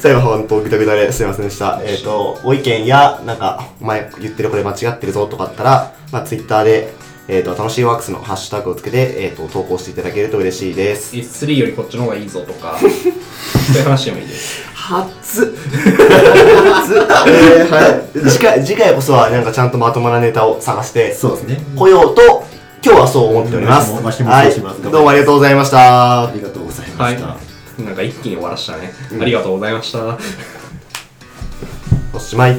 [SPEAKER 2] 最後本当グダグダですいませんでしたえっ、とご意見やなんかお前言ってるこれ間違ってるぞとかあったら、まあ、ツイッターで、えー、と楽しいワークスのハッシュタグをつけて、えー、と投稿していただけると嬉しいです
[SPEAKER 1] 3よりこっちの方がいいぞとか、そういう話でもいいです。
[SPEAKER 2] 初初えーはい次回次回こそはなんかちゃんとまともなネタを探して
[SPEAKER 3] そうですね
[SPEAKER 2] 来ようと今日はそう思っております、
[SPEAKER 3] わしも
[SPEAKER 2] は
[SPEAKER 3] わ
[SPEAKER 2] い
[SPEAKER 3] しもそうします
[SPEAKER 2] どうもありがとうございました
[SPEAKER 3] ありがとうございま
[SPEAKER 1] は
[SPEAKER 3] した、
[SPEAKER 1] い。なんか一気に終わらしたね。ありがとうございました。
[SPEAKER 2] おしまい